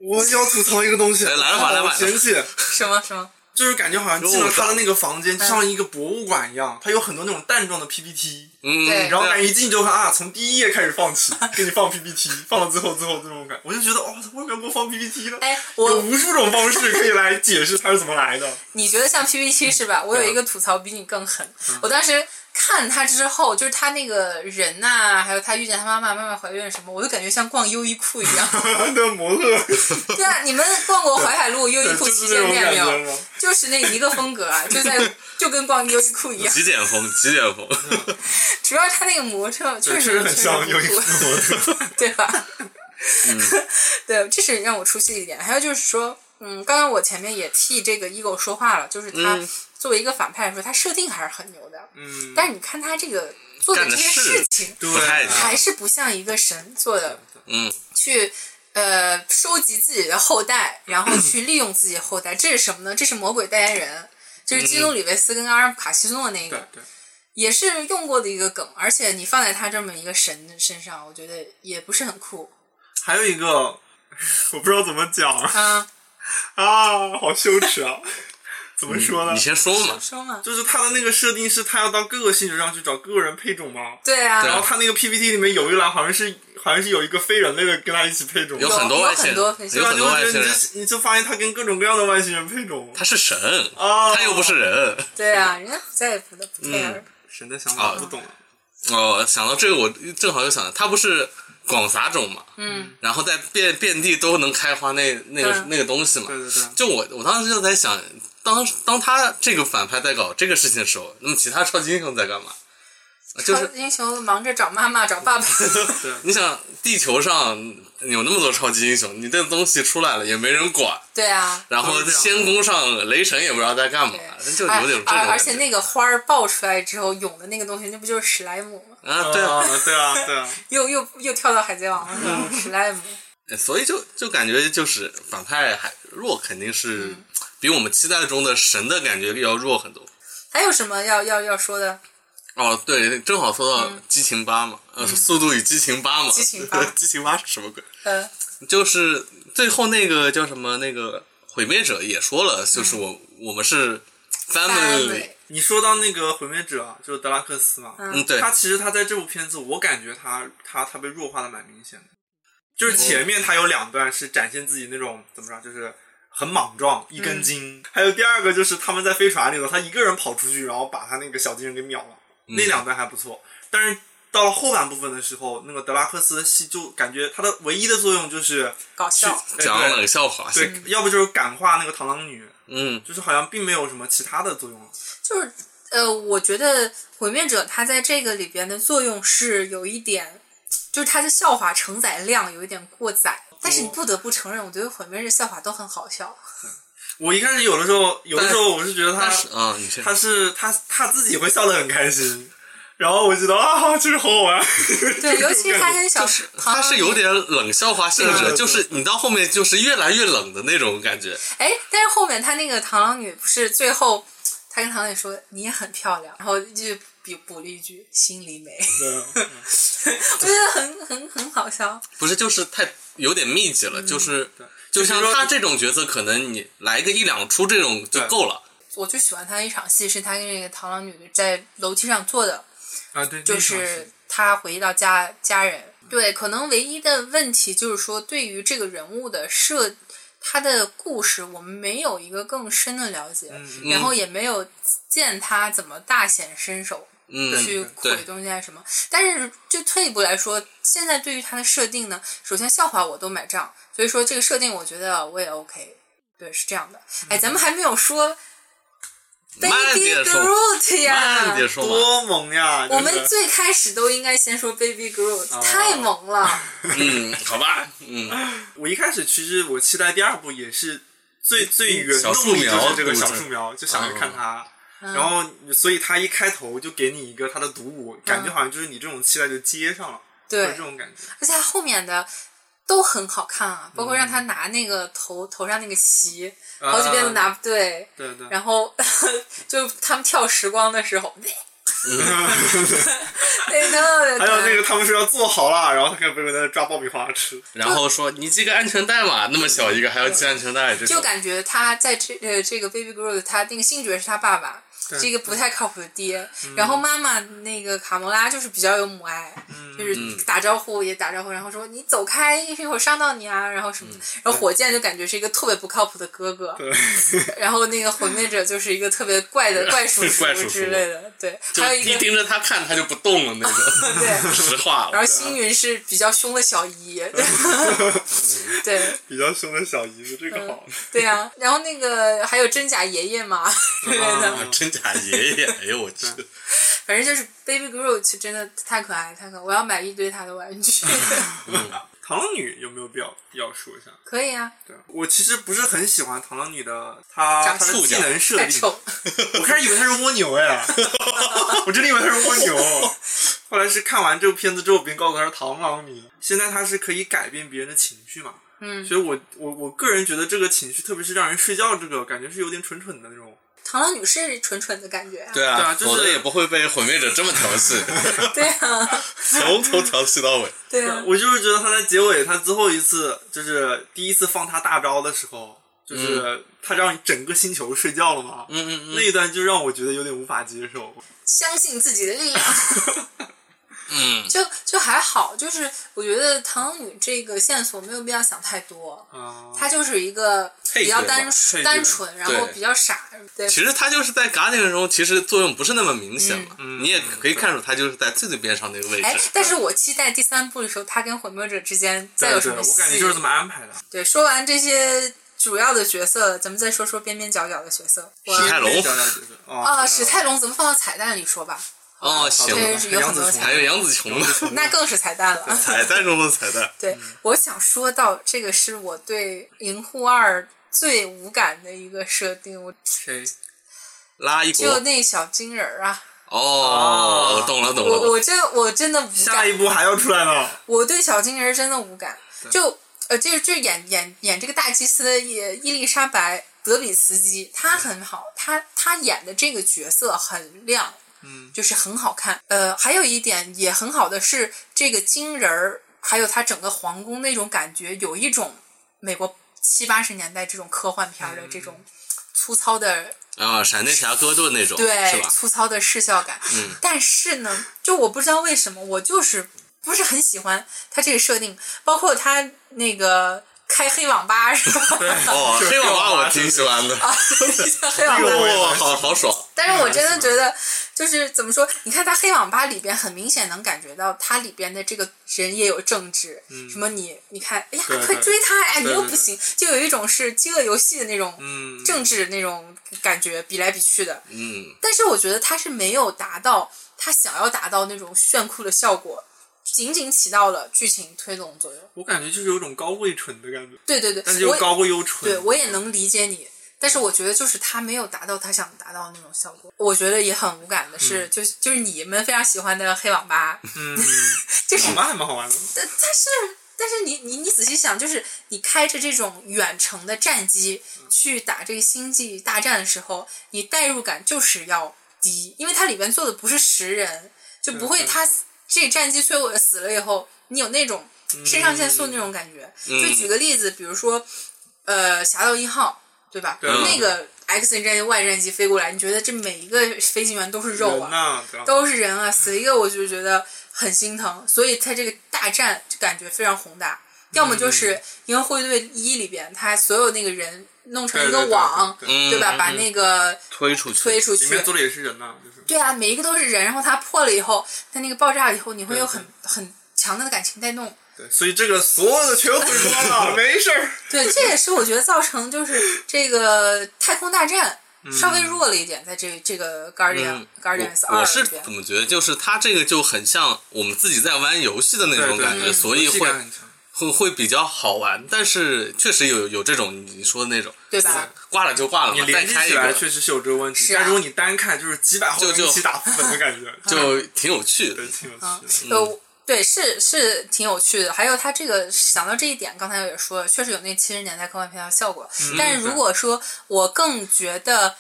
S2: 我要吐槽一个东西，
S1: 哎
S3: 来来吧来吧
S2: 好神奇，
S1: 什么什么？
S2: 就是感觉好像进了他的那个房间，像
S1: 嗯
S2: 一个博物馆一样，他有很多那种弹状的 PPT。
S3: 嗯，
S1: 对
S2: 然后感觉一进去就看啊，从第一页开始放起，给你放 PPT，放 到最后最后这种感，我就觉得哦，他为什么给我放 PPT 呢？
S1: 哎，
S2: 有
S1: 我
S2: 无数种方式可以来解释它是怎么 来的。
S1: 你觉得像
S2: 嗯
S1: PPT 是吧？我有一个吐槽比你更狠。我当时看他之后，就是他那个人呐、还有他遇见他妈妈，妈妈怀孕什么，我就感觉像逛优衣库一 样。
S2: 的模特，
S1: 对啊，你们逛过淮海路优衣
S2: 对，
S1: 库
S2: 就
S1: 旗
S2: 是那
S1: 舰
S2: 种
S1: 店
S2: 感
S1: 没有？
S2: 觉吗？
S1: 就是那一个风格啊，就 在就跟逛优衣库一样。
S3: 极简风，极简风。
S1: 主要他那个模特确
S2: 对，确
S1: 实
S2: 实很像优衣 库
S1: 酷
S2: 模，特。
S1: 对吧？
S3: 嗯
S1: 对，这是让我出戏的一点。还有就是说，嗯，刚刚我前面也替这个 ego 说话了，就是他
S3: 嗯
S1: 作为一个反派来说，他设定还是很牛的。
S2: 嗯，
S1: 但是你看他这个做的
S3: 干
S1: 这
S3: 的
S1: 些
S3: 事
S1: 事情，
S2: 对
S3: 不太
S1: 还是不像一个神做的，
S3: 嗯，
S1: 去呃收集自己的后代，然后去利用自己的后代，这是什么呢？这是魔鬼代言人，就是
S3: 嗯
S1: 基努里维斯跟阿尔卡西诺那
S2: 对
S1: 个，
S2: 对，
S1: 也是用过的一个梗，而且你放在他这么一个神身上，我觉得也不是很酷
S2: 还有一个， 我不知道怎么讲
S1: 啊。
S2: 啊，好羞耻啊！怎么说呢
S3: 你？先说嘛，
S1: 生了。
S2: 就是他的那个设定是他要到各个星球上去找各个人配种猫，
S1: 对啊，
S3: 对
S2: 然后他那个 PPT 里面有一栏好像是好像是有一个非人类的跟他一起配种，
S3: 有很多
S1: 有
S3: 外星人，
S1: 很多非
S2: 对吧？
S3: 很
S2: 你
S3: 多
S2: 会
S3: 外
S2: 觉得
S3: 星
S2: 你
S3: 人，
S2: 就你就发现他跟各种各样的外星人配种
S3: 他是神，
S2: 啊，
S3: 他又不是人。
S1: 对啊，人家再也不得不 care
S2: 嗯。，神的想法
S3: 啊
S2: 不 懂了，
S3: 哦，想到这个，我正好又想到，他不是广撒种嘛，
S1: 嗯，
S3: 然后在遍遍地都能开花那那个
S1: 嗯
S3: 那个东西嘛。
S2: 对对对，
S3: 就我我当时就在想，当当他这个反派在搞这个事情的时候，那么其他超级英雄在干嘛？啊就
S1: 超
S3: 是
S1: 级英雄忙着找妈妈找 爸爸，
S3: 你想，地球上有那么多超级英雄，你这东西出来了也没人管，
S1: 对啊。
S3: 然后
S2: 都是这样
S3: 仙宫上雷神也不知道在干嘛
S1: 对，
S3: 啊就有
S1: 而
S3: 点这种
S1: 而而
S3: 感
S1: 且
S3: 觉。
S1: 那个花儿爆出来之后涌的那个东西，那不就是史莱姆吗？
S3: 啊，对啊，
S2: 对啊对啊，
S1: 又又又跳到海贼王了，史莱姆。
S3: 嗯
S2: 嗯
S3: 所以就就感觉就是反派还弱，肯定是
S1: 嗯
S3: 比我们期待中的神的感觉要弱很多。
S1: 还有什么要要要说的？
S3: 哦，对，正好说到激情八嘛，呃，速度与激情八嘛，
S1: 嗯激情八
S3: 激情八是什么鬼？
S1: 呃，
S3: 就是最后那个叫什么那个毁灭者也说了，就是
S1: 嗯
S3: 我、我们是 family，
S1: family
S2: 你说到那个毁灭者啊，就是德拉克斯嘛，
S1: 嗯
S3: 嗯，对，
S2: 他其实他在这部片子，我感觉他他他被弱化的蛮明显的，就是
S3: 嗯
S2: 前面他有两段是展现自己那种怎么着，就是很莽撞，一根
S3: 嗯
S2: 筋；还有第二个就是他们在飞船里头，他一个人跑出去，然后把他那个小金人给秒了，
S3: 嗯
S2: 那两段还不错。但是到了后半部分的时候，那个德拉克斯的戏就感觉他的唯一的作用就是
S1: 搞
S2: 去
S1: 笑。
S2: 哎
S3: 讲了冷笑话，
S2: 对，对要不就是感化那个螳螂女，
S3: 嗯，
S2: 就是好像并没有什么其他的作用了。
S1: 就是呃，我觉得毁灭者他在这个里边的作用是有一点，就是他的笑话承载量有一点过载。但
S3: 哦
S1: 是你不得不承认，我觉得毁灭者笑话都很好笑。
S2: 我一开始有的时候，有的时候我是觉得他
S3: 但是啊，你先
S2: 他是他他自己会笑得很开心，然后我觉得啊，这个好好玩。
S1: 对，尤其他跟小
S3: 是
S1: 螳
S3: 他
S1: 螂
S3: 是有点冷笑话性
S2: 对对
S3: 质，
S2: 对
S3: 就是你到后面就是越来越冷的那种感觉，
S1: 哎，但是后面他那个螳螂女不是最后，他跟螳螂女说你也很漂亮，然后就补补了一句心里 美，
S3: 嗯
S1: 我觉得很很很好笑。
S3: 不是就是太有点密集了，就是就像
S2: 嗯就是说
S3: 他这种角色，可能你来个一两出这种就
S2: 对
S3: 够了。
S1: 我最喜欢他的一场戏是他跟那个螳螂女在楼梯上坐的，
S2: 啊，对，
S1: 就
S2: 那场
S1: 是
S2: 戏
S1: 他回到家家人。对，可能唯一的问题就是说，对于这个人物的设，他的故事，我们没有一个更深的了解，
S2: 嗯
S1: 然后也没有见他怎么大显身手。
S3: 嗯，
S1: 去
S3: 对
S1: 毁东西啊什么。但是就退一步来说，现在对于它的设定呢，首先笑话我都买账，所以说这个设定我觉得我也 OK。对，是这样的。哎，咱们还没有说
S3: 嗯慢
S1: Baby
S3: 点说
S1: Groot 呀
S3: 慢。点说嘛，
S2: 多萌呀！
S1: 我
S2: 真
S1: 们
S2: 的
S1: 最开始都应该先说 Baby Groot，、太
S2: 哦
S1: 萌了。
S3: 嗯，好吧，嗯，
S2: 我一开始其实我期待第二部也是最最原
S3: 嗯小
S2: 动力
S3: 树
S2: 就
S3: 苗
S2: 是这个
S3: 对
S2: 小
S3: 对
S2: 树苗，就想着看
S3: 嗯
S2: 他。然后，所以他一开头就给你一个他的独舞，感觉好像就是你这种期待就接上了，
S1: 对
S2: 有这种感觉。
S1: 而且他后面的都很好看啊，包括让
S2: 嗯
S1: 他拿那个头、头上那个旗，
S2: 啊
S1: 好几遍都拿不对。
S2: 对对，
S1: 然后 就他们跳时光的时候， 对的，
S2: 还有那个他们说要做好了，然后他跟贝贝在那抓爆米花吃，
S3: 然后说你系个安全带嘛，那么小一个还要系安全带，这
S1: 就
S3: 种
S1: 感觉他在这呃这个 Baby Groot，他那个星爵是他爸爸，是一个不太靠谱的爹。
S3: 嗯
S1: 然后妈妈那个卡魔拉就是比较有母爱，
S3: 嗯
S1: 就是打招呼也打招呼，然后说你走开，一会儿伤到你啊，然后什么的。然后火箭就感觉是一个特别不靠谱的哥哥，然后那个毁灭者就是一个特别怪的怪叔叔
S3: 怪叔叔
S1: 之类的，对，
S3: 就
S1: 还有一
S3: 一
S1: 个。
S3: 盯着他看他就不动了那种，
S1: 对，
S3: 实话
S1: 然后
S3: 了，
S1: 星云是比较凶的小 姨，对啊
S2: 比较凶的小姨子，这个好。
S1: 对呀、然后那个还有真假爷爷嘛之类的，
S3: 啊真假爷爷，哎呦我去，
S1: 反正就是 Baby Groot 真的太可爱，太可爱，我要买一堆他的玩具。
S2: 螳螂女有没有必要必要说一下？
S1: 可以啊，
S2: 对，我其实不是很喜欢螳螂女的她
S1: 长
S2: 她的
S1: 触
S3: 角
S2: 技能设
S1: 太
S2: 定，
S1: 丑。
S2: 我开始以为她是蜗牛哎，我真的以为她是蜗牛，后来是看完这部片子之后，别人告诉她是螳螂女。现在她是可以改变别人的情绪嘛？嗯，所以我我我个人觉得这个情绪，特别是让人睡觉这个，感觉是有点蠢蠢的那种。
S1: 螳螂女是蠢蠢的感觉啊，
S3: 对
S2: 对啊
S3: 啊，
S2: 就是
S3: 否则也不会被毁灭者这么调 戏，
S1: 对啊，
S3: 从头调戏到尾，
S1: 对啊，
S2: 我就是觉得她在结尾，她最后一次就是第一次放她大招的时候，就是他让整个星球睡觉了嘛，
S3: 嗯嗯
S2: 那一段就让我觉得有点无法接受。
S1: 相信自己的 力量，
S3: 嗯，
S1: 就就还好，就是我觉得唐女这个线索没有必要想太多，
S2: 啊，
S1: 她就是一个
S3: 配
S1: 比较
S3: 角吧
S1: 单
S2: 配角
S1: 单纯，然后
S3: 对
S1: 比较傻，对，
S3: 其实他就是在 Guardian 中，其实作用不是那么明显嘛，
S2: 嗯
S3: 你也可以看出他就是在最最边上那个位置。
S1: 哎，但是我期待第三部的时候，他跟毁灭者之间再有
S2: 对
S1: 什
S2: 对，
S1: 么
S2: 我
S1: 戏。
S2: 感觉就是这么安排的。
S1: 对，说完这些主要的角色，咱们再说说边边角角的角色。我
S3: 史泰龙
S2: 讲讲这个
S1: 啊，史泰龙怎么放到彩蛋里说吧？
S3: 哦，行，
S1: 对是有很多
S3: 还有
S2: 杨
S3: 杨紫琼呢，
S1: 那更是彩蛋了。
S3: 彩蛋中的彩蛋。
S1: 对，我想说到这个是我对《银护二》最无感的一个设定，我
S2: 谁？
S3: 拉一
S1: 就
S3: 国
S1: 那小金人儿啊，
S3: 哦，懂了懂了
S1: 我
S3: 懂了，
S1: 我真我真的无
S2: 下
S1: 感
S2: 一，部还要出来了，
S1: 我对小金人儿真的无感。就呃，就就演演演这个大祭司的伊伊丽莎白·德比茨基，她很好，她她演的这个角色很亮，
S2: 嗯，
S1: 就是很好看。呃，还有一点也很好的是，这个金人儿，还有他整个皇宫那种感觉，有一种美国七八十年代这种科幻片儿的这种粗糙的
S3: 啊，闪电侠哥顿那种是
S1: 对
S3: 吧？
S1: 粗糙的视效感。
S3: 嗯
S1: 但是呢，就我不知道为什么，我就是不是很喜欢他这个设定，包括他那个开黑网吧是 吧？
S3: 哦，
S2: 就是
S3: 黑
S2: 哎
S3: 娃娃
S2: 黑娃娃
S3: 我挺喜欢的，
S1: 啊，黑网吧。
S2: 对
S3: 哇，好好爽。
S1: 但是我真的觉得，就是怎么说？你看他黑网吧里边，很明显能感觉到他里边的这个人也有政治，什么你你看，哎呀，
S2: 嗯对对
S1: 快追他，哎，你
S2: 对
S1: 又
S2: 对
S1: 不行，就有一种是饥饿游戏的那种
S2: 嗯，
S1: 政治那种感觉，比来比去的。
S3: 嗯，
S1: 但是我觉得他是没有达到他想要达到那种炫酷的效果，仅仅起到了剧情推动作用。
S2: 我感觉就是有种高贵蠢的感觉，
S1: 对对对，
S2: 但是
S1: 我
S2: 又
S1: 也
S2: 高嗯贵又蠢。
S1: 对我也能理解你，但是我觉得就是他没有达到他想达到的那种效果。我觉得也很无感的是，就是就是你们非常喜欢的黑网吧，
S2: 嗯，
S1: 就是
S2: 网吧还蛮好玩的。
S1: 但但是但是你你你仔细想，就是你开着这种远程的战机去打这个星际大战的时候，你代入感就是要低，因为它里边做的不是实人，就不会
S2: 嗯
S1: 他这战机摧毁了死了以后，你有那种
S2: 嗯
S1: 肾上腺素那种感觉。就举个例子，比如说呃，侠盗一号，对吧？
S2: 对
S1: 那个 X 战机、Y 战机飞过来，你觉得这每一个飞行员都是肉啊
S2: 人？呐，对吧
S1: 都是人啊，死一个我就觉得很心疼，所以他这个大战就感觉非常宏大。要么就是《银河护卫队一》里边，他所有那个人弄成一个网，
S2: 对对对对
S3: 嗯
S1: 吧？把那个
S3: 推出去，
S1: 推出去
S2: 里，面坐的也是人呐，就是
S1: 对啊，每一个都是人。然后他破了以后，他那个爆炸以后，你会有很
S2: 对
S1: 很强的感情带动。
S2: 对，所以这个所有的全毁光了，没事儿。
S1: 对，这也是我觉得造成就是这个太空大战稍微弱了一点，在这这个 Guardian、
S3: 嗯，
S1: Guardians
S3: 我
S1: 二
S3: 我是
S1: 里边
S3: 怎。么觉得，就是他这个就很像我们自己在玩游戏的那种
S2: 对对
S3: 感觉，
S2: 嗯
S3: 所以
S2: 游戏
S3: 会啊
S2: 感很强
S3: 会会比较好玩。但是确实有有这种你说的那种，
S1: 对吧？
S3: 挂了就挂了
S2: 你
S3: 嘛，再
S2: 联机
S3: 开一
S2: 起来
S3: 个
S2: 确实是有这个问题，
S1: 是啊
S2: 但如果你单看，就是几百号
S3: 就
S2: 人一起打副本的感觉，
S3: 就挺有趣的
S2: 对，。挺有
S1: 啊
S2: 趣的。，嗯
S1: 呃，对，是是挺有趣的。还有他这个想到这一点，刚才也说了，确实有那七十年代科幻片的效果。
S2: 嗯
S1: 但是如果说我更觉得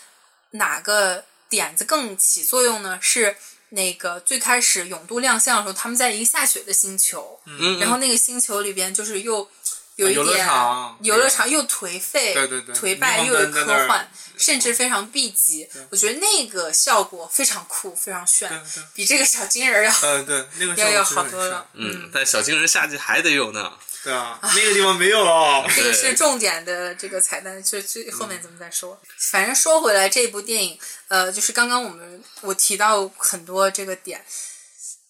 S1: 哪个点子更起作用呢？是那个最开始勇度亮相的时候，他们在一个下雪的星球，
S3: 嗯，
S1: 然后那个星球里边就是又。有一
S2: 啊游乐
S1: 点
S2: 场
S1: 游乐场又颓废，
S2: 对对对
S1: 颓败
S2: 霓虹
S1: 又有
S2: 灯在
S1: 科
S2: 那儿
S1: 幻，甚至非常 B 级。我觉得那个效果非常酷，非常炫
S2: 对对，
S1: 比这个小金 人儿要
S2: 呃，对，那个
S1: 要
S2: 效
S1: 要
S2: 果是
S1: 好
S2: 很
S1: 多
S2: 像
S1: 了。。
S3: 嗯，但小金人下季还得有呢。
S2: 对啊，那个地方没有了。
S1: 这个是
S3: 对
S1: 重点的这个彩蛋，就最后面咱们再说。反正说回来，这部电影，呃，就是刚刚我们我提到很多这个点，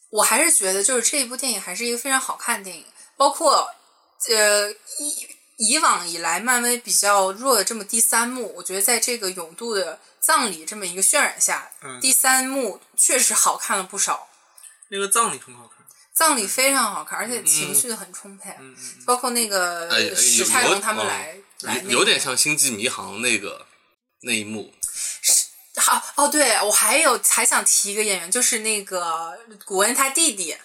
S1: 我还是觉得就是这一部电影还是一个非常好看的电影，包括呃以以往以来漫威比较弱的这么第三幕，我觉得在这个勇度的葬礼这么一个渲染下，
S2: 嗯
S1: 第三幕确实好看了不少。
S2: 那个葬礼很好看，
S1: 葬礼非常好看，而且情绪很充沛，
S2: 嗯嗯，
S1: 包括那个
S3: 哎哎
S1: 史
S3: 有
S1: 泰
S3: 有
S1: 龙他们
S3: 哦
S1: 来、来、那个、
S3: 有有点像《星际迷航》那个那一幕，
S1: 好哦，对我还有还想提一个演员，就是那个古恩他弟弟，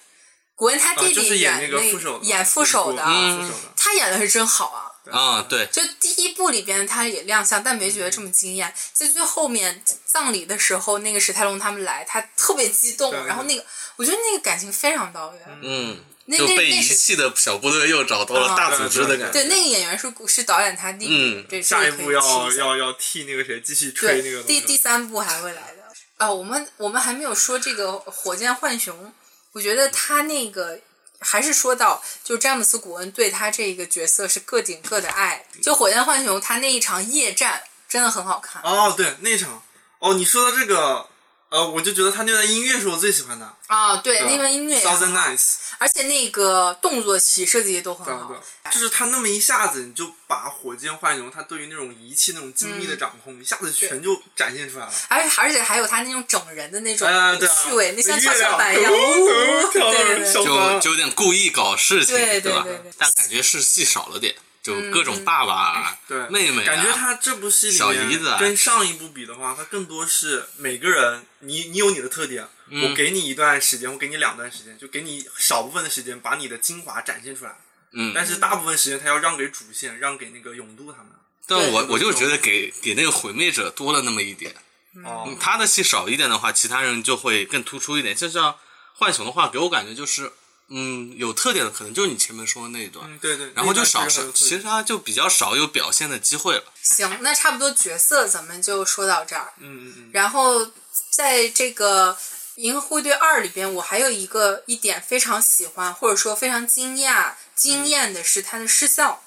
S1: 古恩他
S2: 啊，
S1: 弟
S2: 就
S1: 弟
S2: 是
S1: 演
S2: 演那个副手的，
S1: 演副手的，
S2: 嗯副手的。
S1: 他演的是真好啊。
S3: 啊，对，
S1: 就第一部里边他也亮相，但没觉得
S2: 嗯
S1: 这么惊艳。在最后面葬礼的时候，那个史泰龙他们来，他特别激动
S2: 对，对
S1: 然后那个我觉得那个感情非常到位。啊
S3: 嗯，
S1: 那
S3: 就
S1: 那
S3: 被
S1: 那
S3: 遗
S1: 是
S3: 弃的小部队又找到了
S1: 啊
S3: 大组织的感觉。
S1: 对，那个演员是古是导演他弟弟，
S3: 嗯
S1: 这这
S2: 下
S1: 个
S2: 一
S1: 可以
S2: 步
S1: 提
S2: 要
S1: 一下
S2: 要要替那个谁继续吹那
S1: 对
S2: 个，东
S1: 第
S2: 西
S1: 第三部还会来的。啊、我们我们还没有说这个火箭浣熊，我觉得他那个还是说到，就詹姆斯古恩对他这个角色是各顶各的爱。就火箭浣熊他那一场夜战真的很好看，
S2: 哦，对那场哦，你说到这个，呃，我就觉得他那段音乐是我最喜欢的，
S1: 啊，对，那段音乐也
S2: Thousand
S1: 很好，
S2: Nights，
S1: 而且那个动作戏设计都很
S2: 对啊
S1: 好
S2: 对，，就是他那么一下子，你就把火箭浣熊他对于那种仪器那种精
S1: 嗯
S2: 密的掌控，一下子全就展现出来了。
S1: 而且而且还有他那种整人的那种
S2: 啊，对啊，
S1: 趣味，那像跷跷
S2: 月亮
S1: 板一 样，
S2: 呜
S1: 呜
S2: 呜
S1: 呜
S2: 跳到
S1: 对
S2: 人
S1: 对
S2: 手
S1: 对，
S2: 上
S3: 就就有点故意搞事情，
S1: 对对
S3: 吧
S1: 对对？
S3: 但感觉是戏少了点，就各种爸爸啊、
S2: 嗯对
S3: 妹妹、啊，
S2: 感觉他这部戏
S3: 小
S2: 里
S3: 姨子
S2: 面
S3: 啊
S2: 跟上一部比的话，他更多是每个人，你你有你的特点，
S3: 嗯
S2: 我给你一段时间，我给你两段时间，就给你少部分的时间把你的精华展现出来。
S3: 嗯
S2: 但是大部分时间他要让给主线，让给那个勇度他们。
S3: 但我
S1: 对
S3: 我就觉得给给那个毁灭者多了那么一点，
S1: 嗯
S3: 嗯
S2: 哦，
S3: 他的戏少一点的话，其他人就会更突出一点。就像浣熊的话，给我感觉就是，嗯，有特点的可能就是你前面说的那一段，
S2: 嗯，对对。
S3: 然后就
S2: 那
S3: 少
S2: 段
S3: 少，其
S2: 确
S3: 实
S2: 很有特点
S3: 他就比较少有表现的机会了。
S1: 行，那差不多角色咱们就说到这儿。
S2: 嗯嗯嗯，
S1: 然后在这个《银河护卫队二》里边，我还有一个一点非常喜欢，或者说非常惊讶、
S2: 嗯
S1: 惊艳的是它的视效，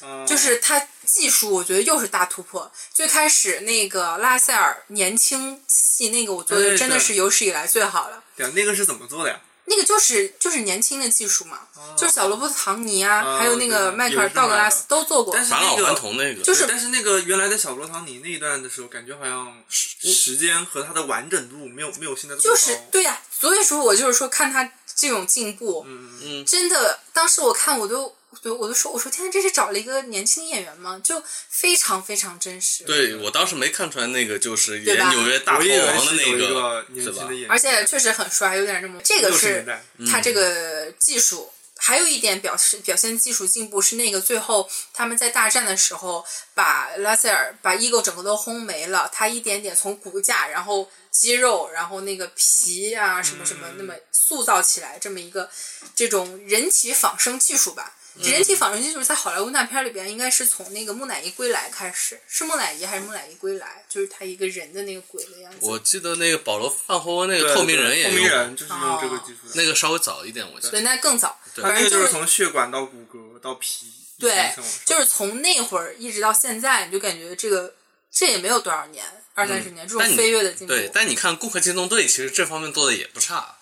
S2: 哦
S1: 就是它技术，我觉得又是大突破。最开始那个拉塞尔年轻戏那个，我觉
S2: 对
S1: 得
S2: 哎对
S1: 真的是有史以来最好了。
S2: 对啊那个是怎么做的呀？
S1: 那个就是就是年轻的技术嘛，就是小罗伯特·唐尼啊，
S2: 哦
S1: 还有那个
S2: 对
S1: 迈克尔·
S2: 也是
S1: 道格
S2: 买
S1: 拉
S2: 的
S1: 斯都做过。
S2: 但是
S3: 返老
S2: 那个
S3: 还童那个，
S1: 就是
S2: 但是那个原来的小罗唐尼那一段的时候，感觉好像时间和它的完整度没有没有现在这么
S1: 就
S2: 高。
S1: 是对呀、所以说我就是说看他这种进步，
S2: 嗯
S3: 嗯
S1: 真的，当时我看我都，我都我都说，我说天呐，这是找了一个年轻演员吗？就非常非常真实，，
S3: 对我当时没看出来那个就是
S1: 对
S3: 演
S1: 吧
S3: 纽约大
S2: 我
S3: 逃
S2: 以为
S3: 亡的
S2: 是
S3: 那
S2: 有一个
S3: 是
S2: 年轻
S3: 吧
S2: 的？演员，
S1: 而且确实很帅，有点那么这个
S2: 六十
S1: 是
S2: 年代
S1: 他这个技术。还有一点表示表现技术进步是那个最后他们在大战的时候把拉塞尔把 Ego 整个都轰没了，他一点点从骨架，然后肌肉，然后那个皮啊什么什
S2: 嗯
S1: 么，那么塑造起来这么一个这种人体仿生技术吧。人体仿生技术在好莱坞大片里边应该是从那个木乃伊归来开始，是木乃伊还是木乃伊归来？就是他一个人的那个鬼的样子。
S3: 我记得那个保罗范霍温那
S2: 对
S3: 个透明
S2: 对
S3: 人也
S2: 透明
S3: 用
S2: 人就是用这个
S1: 哦
S2: 技术的。
S3: 那个稍微早一点，我记
S1: 对，
S3: 得。
S1: 那更早，
S3: 对
S1: 反
S2: 它
S1: 正就
S2: 这就是是从血管到骨骼到皮，
S1: 对，就是是从那会儿一直到现在，你就感觉这个这也没有多少年，二三十年、这
S3: 但
S1: 种
S3: 你
S1: 飞跃的进步。
S3: 对，但你看《攻壳机动队》，其实这方面做的也不差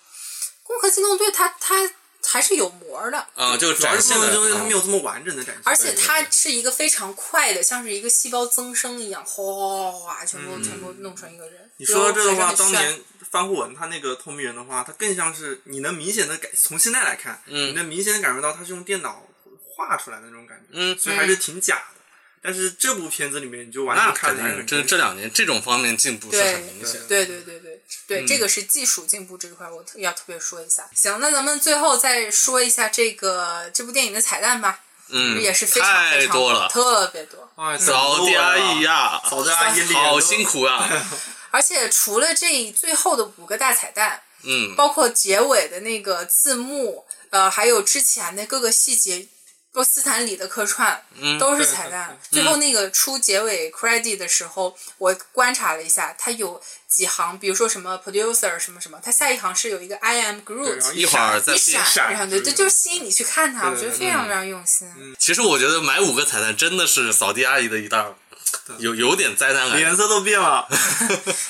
S1: 攻壳机动队它它还是有膜儿的，
S3: 啊，就
S2: 主要
S3: 展
S2: 是
S3: 现啊
S2: 过
S3: 的
S2: 程中它没有这么完整的展现，
S1: 而且它是一个非常快的，像是一个细胞增生一样，哗哗哗哗哗，全部、全部弄成一个人。
S2: 你说到这的
S1: 就还
S2: 话，
S1: 是很
S2: 当
S1: 炫
S2: 年翻护文他那个透明人的话，他更像是你能明显的感，从现在来看，你能明显的感受到他是用电脑画出来的那种感觉，
S3: 嗯
S2: 所以还是挺假的。但是这部片子里面，你就完
S3: 那
S2: 全看
S3: 肯
S2: 得出来
S3: 定，
S2: 很
S3: 这
S2: 真实
S3: 这两年这种方面进步是
S1: 对
S3: 很明显的。
S1: 对对对对对，这个是技术进步这一块，我特要特别说一下。行，那咱们最后再说一下这个这部电影的彩蛋吧，
S3: 嗯，
S1: 也是非常非
S3: 太
S1: 常
S3: 多了，
S1: 特别多。
S2: 哎，
S3: 早点
S2: 点呀，
S3: 呀，
S2: 早点呀，一脸
S3: 啊好
S2: 都
S3: 辛。苦啊。
S1: 而且除了这最后的五个大彩蛋，
S3: 嗯，
S1: 包括结尾的那个字幕，呃，还有之前的各个细节，波斯坦里的客串，都是彩蛋。最后那个出结尾 credit 的时候，我观察了一下，它有几行，比如说什么 producer 什么什么，它下一行是有一个 I am
S2: 对然后
S1: Groot。
S3: 一会儿
S2: 闪
S3: 再
S1: 一闪，
S2: 闪
S1: 然后对，
S2: 对
S1: 这就是吸引你去看它，我
S2: 对
S1: 觉
S2: 对嗯
S1: 得非常非常用心。
S3: 其实我觉得买五个彩蛋真的是扫地阿姨的一大，有有点灾难感。
S2: 脸色都变了，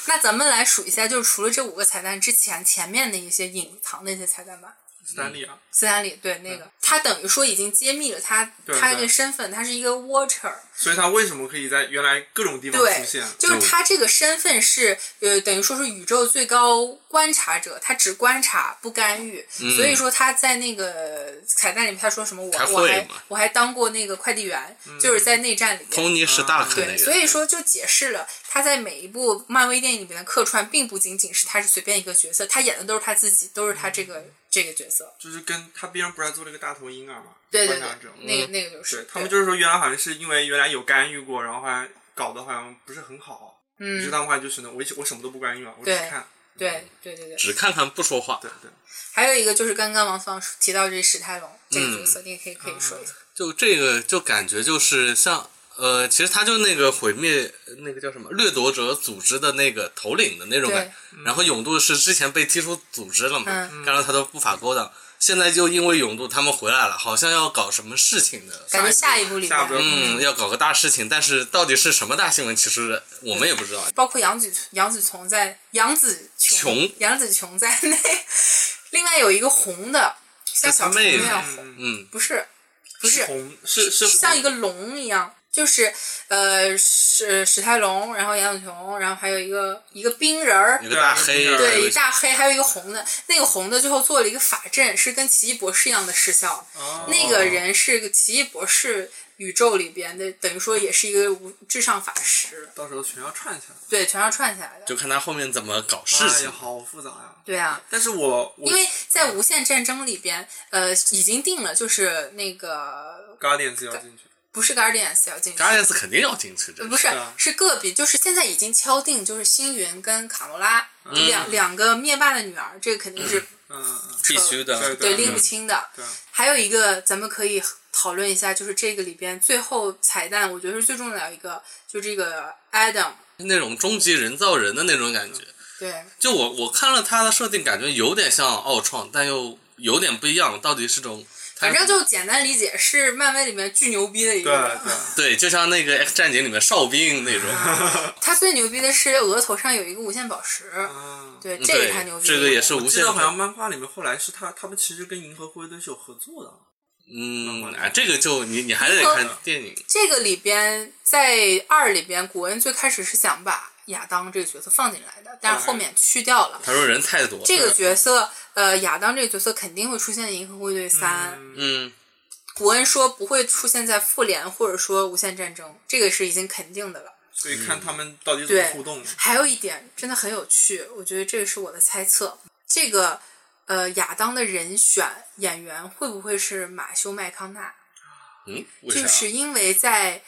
S1: 那咱们来数一下，就是除了这五个彩蛋之前，前面的一些隐藏的一些彩蛋吧。
S2: 斯坦利啊，
S1: 斯坦李对那个，他等于说已经揭秘了他
S2: 嗯对
S1: 他的
S2: 对
S1: 身份，他是一个 Watcher，
S2: 所以他为什么可以在原来各种地方出
S1: 对
S2: 现？，
S1: 就是他这个身份是呃，等于说是宇宙最高观察者，他只观察不干预，
S2: 嗯
S1: 所以说他在那个彩蛋里面他说什么我
S3: 开
S1: 我
S3: 会
S1: 还
S3: 嘛
S1: 我还当过那个快递员，
S2: 嗯
S1: 就是在内战里面。
S3: 托尼史大克那
S1: 啊对，
S3: 个，
S1: 所以说就解释了他在每一部漫威电影里面的客串，并不仅仅是他是随便一个角色，他演的都是他自己，都是他这个、这个角色。
S2: 就是跟他边上不是还做了一个大头婴儿嘛，
S1: 对对
S2: 观
S1: 对
S2: 察者，，
S1: 那个那个就是
S2: 对他们
S1: 对
S2: 就是说，原来好像是因为原来有干预过，然后还搞得好像不是很好，于
S1: 嗯
S2: 是他们后来就选择我一起我什么都不干预了，我只
S1: 对
S2: 看。
S1: 对对对对。
S3: 只看看不说话
S2: 对，对，
S1: 还有一个就是刚刚王芳提到这史泰龙这个角色，你也可以可以说一下。
S3: 就这个就感觉就是像呃，其实他就那个毁灭那个叫什么掠夺者组织的那个头领的那种感觉。然后勇度是之前被踢出组织了嘛，
S1: 嗯
S3: 干了他的不法勾当，现在就因为勇度他们回来了，好像要搞什么事情的。
S1: 感觉下一部里
S2: 下一步
S1: 面，
S3: 嗯，要搞个大事情，但是到底是什么大新闻，其实我们也不知道。
S1: 包括杨紫杨紫琼在杨紫
S3: 琼
S1: 杨紫琼在内，另外有一个红的，像小
S3: 她
S1: 虫
S3: 妹
S1: 一
S3: 妹
S1: 样红，
S2: 嗯，
S3: 嗯，
S1: 不是不是
S2: 红是是
S1: 像一个龙一样，就是呃史史泰龙，然后杨紫琼，然后还有一个一个冰人儿
S3: 一，个大黑，还
S2: 对啊
S3: 有
S1: 对，
S3: 一
S1: 一大黑，还有一个红的。那个红的最后做了一个法阵，是跟奇异博士一样的视效。
S2: 哦
S1: 那个人是个奇异博士宇宙里边的，等于说也是一个无至上法师，
S2: 到时候全要串起来，
S1: 对，全要串起来的。
S3: 就看他后面怎么搞事
S2: 哎呀
S3: 情。
S2: 好复杂呀。
S1: 对啊，
S2: 但是我我
S1: 因为在无限战争里边，呃，已经定了，就是那个
S2: Guardians 要进去，
S1: 不是 Guardians 要进去。
S3: 加列斯肯定要进去，这
S1: 呃
S3: 个
S1: 不是
S2: 是啊，
S1: 是个别，就是现在已经敲定，就是星云跟卡罗拉两、两个灭霸的女儿，这个肯定是呃
S2: 嗯嗯嗯，
S3: 嗯必须的
S2: 对。
S1: 对拎
S2: 嗯
S1: 不清的。
S2: 对，
S1: 还有一个，咱们可以讨论一下，就是这个里边最后彩蛋，我觉得是最重要的一个，就这个 Adam，
S3: 那种终极人造人的那种感觉。
S1: 对
S3: 就我我看了他的设定，感觉有点像奥创，但又有点不一样，到底是种。
S1: 反正就简单理解是漫威里面巨牛逼的一个
S2: 对
S1: 人。
S2: 对，啊
S3: 对，就像那个《X 战警》里面哨兵那种，
S1: 他最牛逼的是额头上有一个无限宝石，
S2: 嗯。
S1: 对，这个
S3: 对
S1: 太牛，逼了。
S3: 这个也是
S2: 我
S3: 无
S2: 记
S3: 限
S2: 得。好像漫画里面后来是他他们其实跟银河护卫队是有合作的，
S3: 嗯，啊，这个就你你还得看电影，
S1: 这个里边在二里边，古恩最开始是想把亚当这个角色放进来的，但是后面去掉了。
S3: 他说人太多了。
S1: 这个角色，呃，亚当这个角色肯定会出现在《银河护卫队三》
S3: 嗯，
S1: 古恩说不会出现在复联或者说无限战争，这个是已经肯定的了。
S2: 所以看他们到底怎么
S1: 对
S2: 互动。
S1: 还有一点真的很有趣，我觉得这个是我的猜测。这个呃，亚当的人选演员会不会是马修麦康纳？
S3: 嗯，为啥？
S1: 就是因为在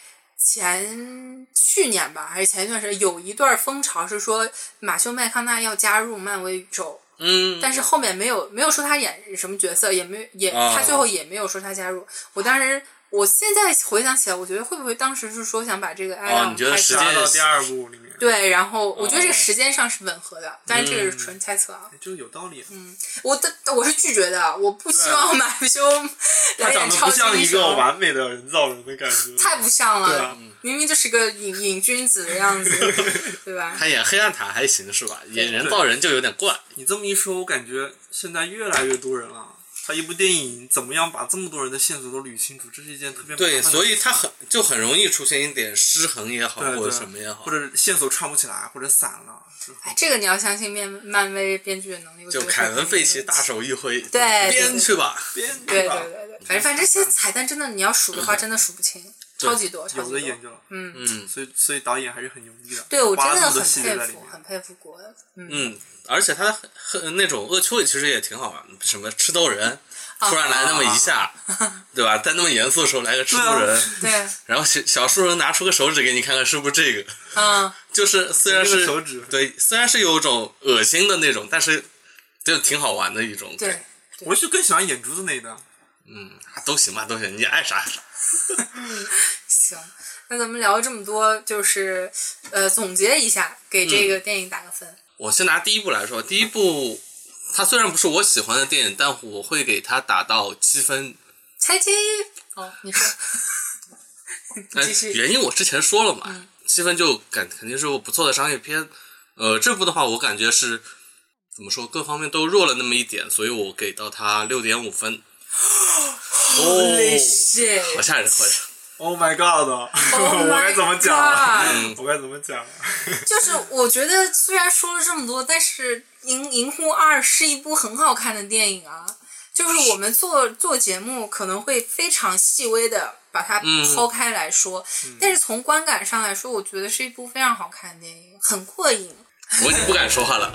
S1: 前去年吧，还是前一段时间，有一段风潮是说马修麦康纳要加入漫威宇宙，
S3: 嗯，
S1: 但是后面没有没有说他演什么角色，也没有也、
S3: 啊
S1: 他最后也没有说他加入。我当时我现在回想起来，我觉得会不会当时是说想把这个
S3: 哦
S1: Adam
S3: 你觉得
S1: 拍
S3: 时
S1: 出来
S3: 间
S2: 加到第二部里面，
S1: 对，然后我觉得这个
S3: 哦嗯
S1: 时间上是吻合的，但是这个是纯猜测啊。
S2: 哎这个有道理。嗯，
S1: 我的我是拒绝的，我不希
S3: 啊
S1: 望马修
S2: 他
S1: 来
S2: 长
S1: 演
S2: 得
S1: 超
S2: 不
S1: 级
S2: 像
S1: 英
S2: 一个
S1: 雄，啊
S2: 完美的人造人的 感觉。
S1: 太不像
S2: 对
S1: 了
S2: 啊，
S1: 明明就是个瘾瘾君子的样子， 对吧？
S3: 他演黑暗塔还行是吧？演人造人就有点怪。
S2: 你这么一说，我感觉现在越来越多人了。他一部电影怎么样把这么多人的线索都捋清楚，这是一件特别麻烦的
S3: 对，
S2: 事
S3: 所以他很就很容易出现一点失衡也好，
S2: 对
S3: 或者
S2: 对
S3: 什么也好
S2: 或，者线索串不起来，或者散了。之后
S1: 哎，这个你要相信漫漫威编剧的能力，我觉
S3: 就
S1: 得
S3: 凯
S1: 是
S3: 文·
S1: 很
S3: 费
S1: 牛
S3: 奇
S1: 的
S3: 大手一挥，
S1: 对
S3: 编去吧。
S2: 编
S1: 对对
S2: 剧吧，
S1: 对对，反正反正这
S2: 嗯
S1: 些彩蛋真的你要数的话，真的数不清，超级多，超
S2: 有的
S1: 级多
S2: 研。究了。
S1: 嗯，
S3: 嗯
S2: 所以所以导演还是很牛逼的，
S1: 对我真
S2: 花了
S1: 的
S2: 这么多
S1: 很
S2: 细节
S1: 佩
S2: 在里
S1: 服，啊
S2: 面。
S1: 很佩服国恩。嗯，
S3: 嗯，而且他和那种恶趣味其实也挺好玩，什么吃豆人，
S1: 哦
S3: 突然来那么一下， 对吧？在那么严肃的时候来个吃豆人，
S1: 对，啊
S3: 然后小小树人拿出个手指给你看看是不是这个，
S1: 嗯，
S3: 就是虽然
S2: 一个
S3: 是
S2: 手指
S3: 对，虽然是有一种恶心的那种，但是就挺好玩的一种。
S1: 对，对
S2: 我就更喜欢眼珠子那一段。
S3: 嗯，啊都行吧，都行，你爱啥爱啥。
S1: 行，那咱们聊了这么多，就是呃，总结一下，给这
S2: 嗯
S1: 个电影打个分。
S3: 我先拿第一部来说，第一部它虽然不是我喜欢的电影，但我会给它打到七分。
S1: 猜忌哦，你说
S3: 哎
S1: 继续，嗯
S3: 原因我之前说了嘛，七分就肯肯定是个不错的商业片。呃，这部的话，我感觉是怎么说，各方面都弱了那么一点，所以我给到它六点五分。哦
S1: Holy shit！
S3: 好吓人，好吓人。
S2: Oh my god！
S1: my
S2: 我该怎么讲啊
S1: god？？
S2: 我该怎么讲？啊
S1: 就是我觉得虽然说了这么多，但是《银银护二》是一部很好看的电影啊。就是我们做做节目可能会非常细微的把它
S3: 嗯
S1: 抛开来说，但是从观感上来说，我觉得是一部非常好看的电影，很过瘾。
S3: 我已经不敢说话了。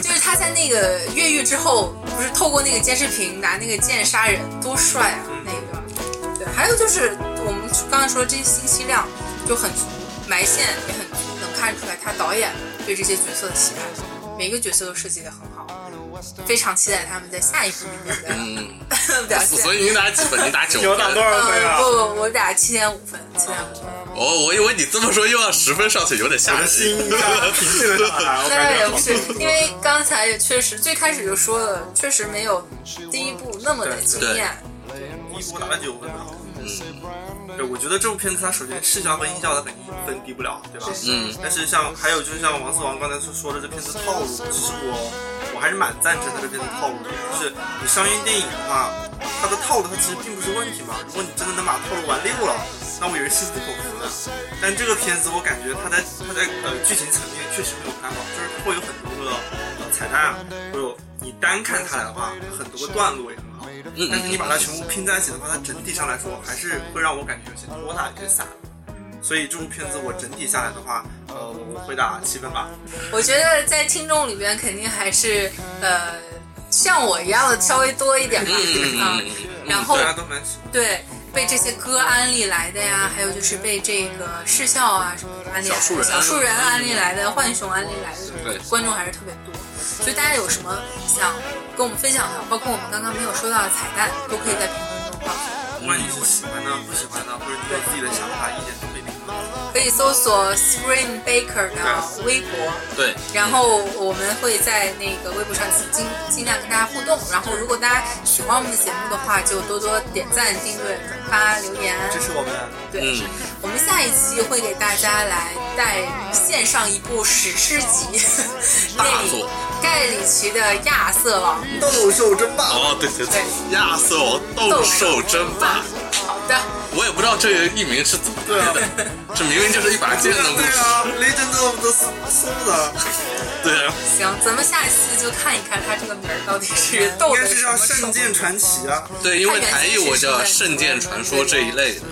S1: 就是他在那个越狱之后，不是透过那个监视屏拿那个剑杀人，多帅啊！那个，对，还有就是我们刚才说的这些信息量就很足，埋线也很足，能看出来他导演对这些角色的喜爱。每个角色都设计的很好，非常期待他们在下一部里面的
S3: 嗯，
S1: 表
S3: 所
S1: 现。
S3: 以你打几分？你打九
S2: 你要打多
S3: 分？
S2: 少分
S1: 嗯，
S2: 啊？
S1: 不不，我打七点五分，七点五分，
S3: 哦，我以为你这么说又要十分上去，有点
S2: 我
S3: 吓
S2: 的心
S3: 人。
S2: 一下平静 了下来，我
S1: 当然也
S2: 感觉
S1: 不
S2: 好
S1: 是，因为刚才也确实最开始就说了，确实没有第一部那么的惊艳。
S2: 一部打了九分啊。对，我觉得这部片子它首先视效和音效它肯定分低不了，对吧？
S3: 嗯
S2: 但是像还有就是像王思王刚才所说的这片子套路，其实我我还是蛮赞成他这片子套路的，就是你商业电影的话，它的套路它其实并不是问题嘛。如果你真的能把套路玩溜了，那我也是心服口服的。但这个片子我感觉它在它在呃剧情层面确实没有看好，就是它会有很多个呃彩蛋，会有你单看它的话，很多个段落也很好。
S3: 嗯
S2: 但是你
S3: 嗯，
S2: 把它全部拼在一起的话，它整体上来说还是会让我感觉有些拖沓，有些散。所以这部片子我整体下来的话，呃，我会打七分吧。
S1: 我觉得在听众里边肯定还是呃像我一样的稍微多一点吧，
S3: 嗯
S1: 啊
S3: 嗯嗯，
S1: 然后
S2: 大家都蛮喜
S1: 对，被这些歌安利来的呀，还有就是被这个视效啊什么的安利来
S3: 小树
S1: 的，
S3: 人
S1: 小树人安利来的，浣熊安利来
S3: 对
S1: 的，观众还是特别多。所以大家有什么想跟我们分享的，包括我们刚刚没有说到的彩蛋，都可以在评论中告诉我们。
S2: 欢，不管你是喜欢呢、不喜欢呢，或者你有自己的想法、意见都可以评论。
S1: 可以搜索 Spring Baker
S3: 啊
S1: 的微博，
S3: 对，
S1: 然后我们会在那个微博上尽尽量跟大家互动。然后如果大家喜欢我们的节目的话，就多多点赞、订阅、转发、留言。
S2: 这是我们
S1: 对，
S3: 嗯
S1: 我们下一期会给大家来带献上一部史诗级 电
S3: 大
S1: 影
S3: 作
S1: ——盖里奇的《亚瑟王》。
S2: 斗兽争霸
S3: 哦对对对，亚瑟王斗兽争霸，
S1: 好的，
S3: 我也不知道这个译名是怎么
S2: 对啊，
S3: 这明明就是一把剑
S2: 对
S3: 的故事。
S2: 啊，Legend of the Sword，
S3: 对啊，
S1: 行，咱们下一期就看一看他这个名儿到底是斗
S2: 嗯应
S1: 的
S2: 该是
S1: 什
S2: 叫
S1: 么
S2: 《
S1: 手
S2: 圣剑传奇》啊。
S3: 对，因为台译我叫《圣剑传说》这一类的。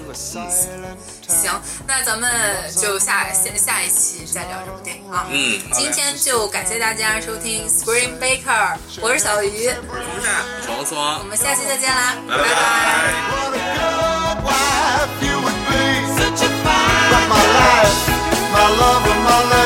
S1: 行，那咱们就下下下一期再聊这部电影啊。
S3: 嗯好嘞
S1: 今天就感谢大家收听 Scream Baker，我是小鱼，
S2: 我是风扇，
S3: 黄松
S1: 我
S3: 啊，
S1: 们下期再见啦，
S3: 拜
S1: 拜拜
S2: 拜。
S4: But my life, my love and my life.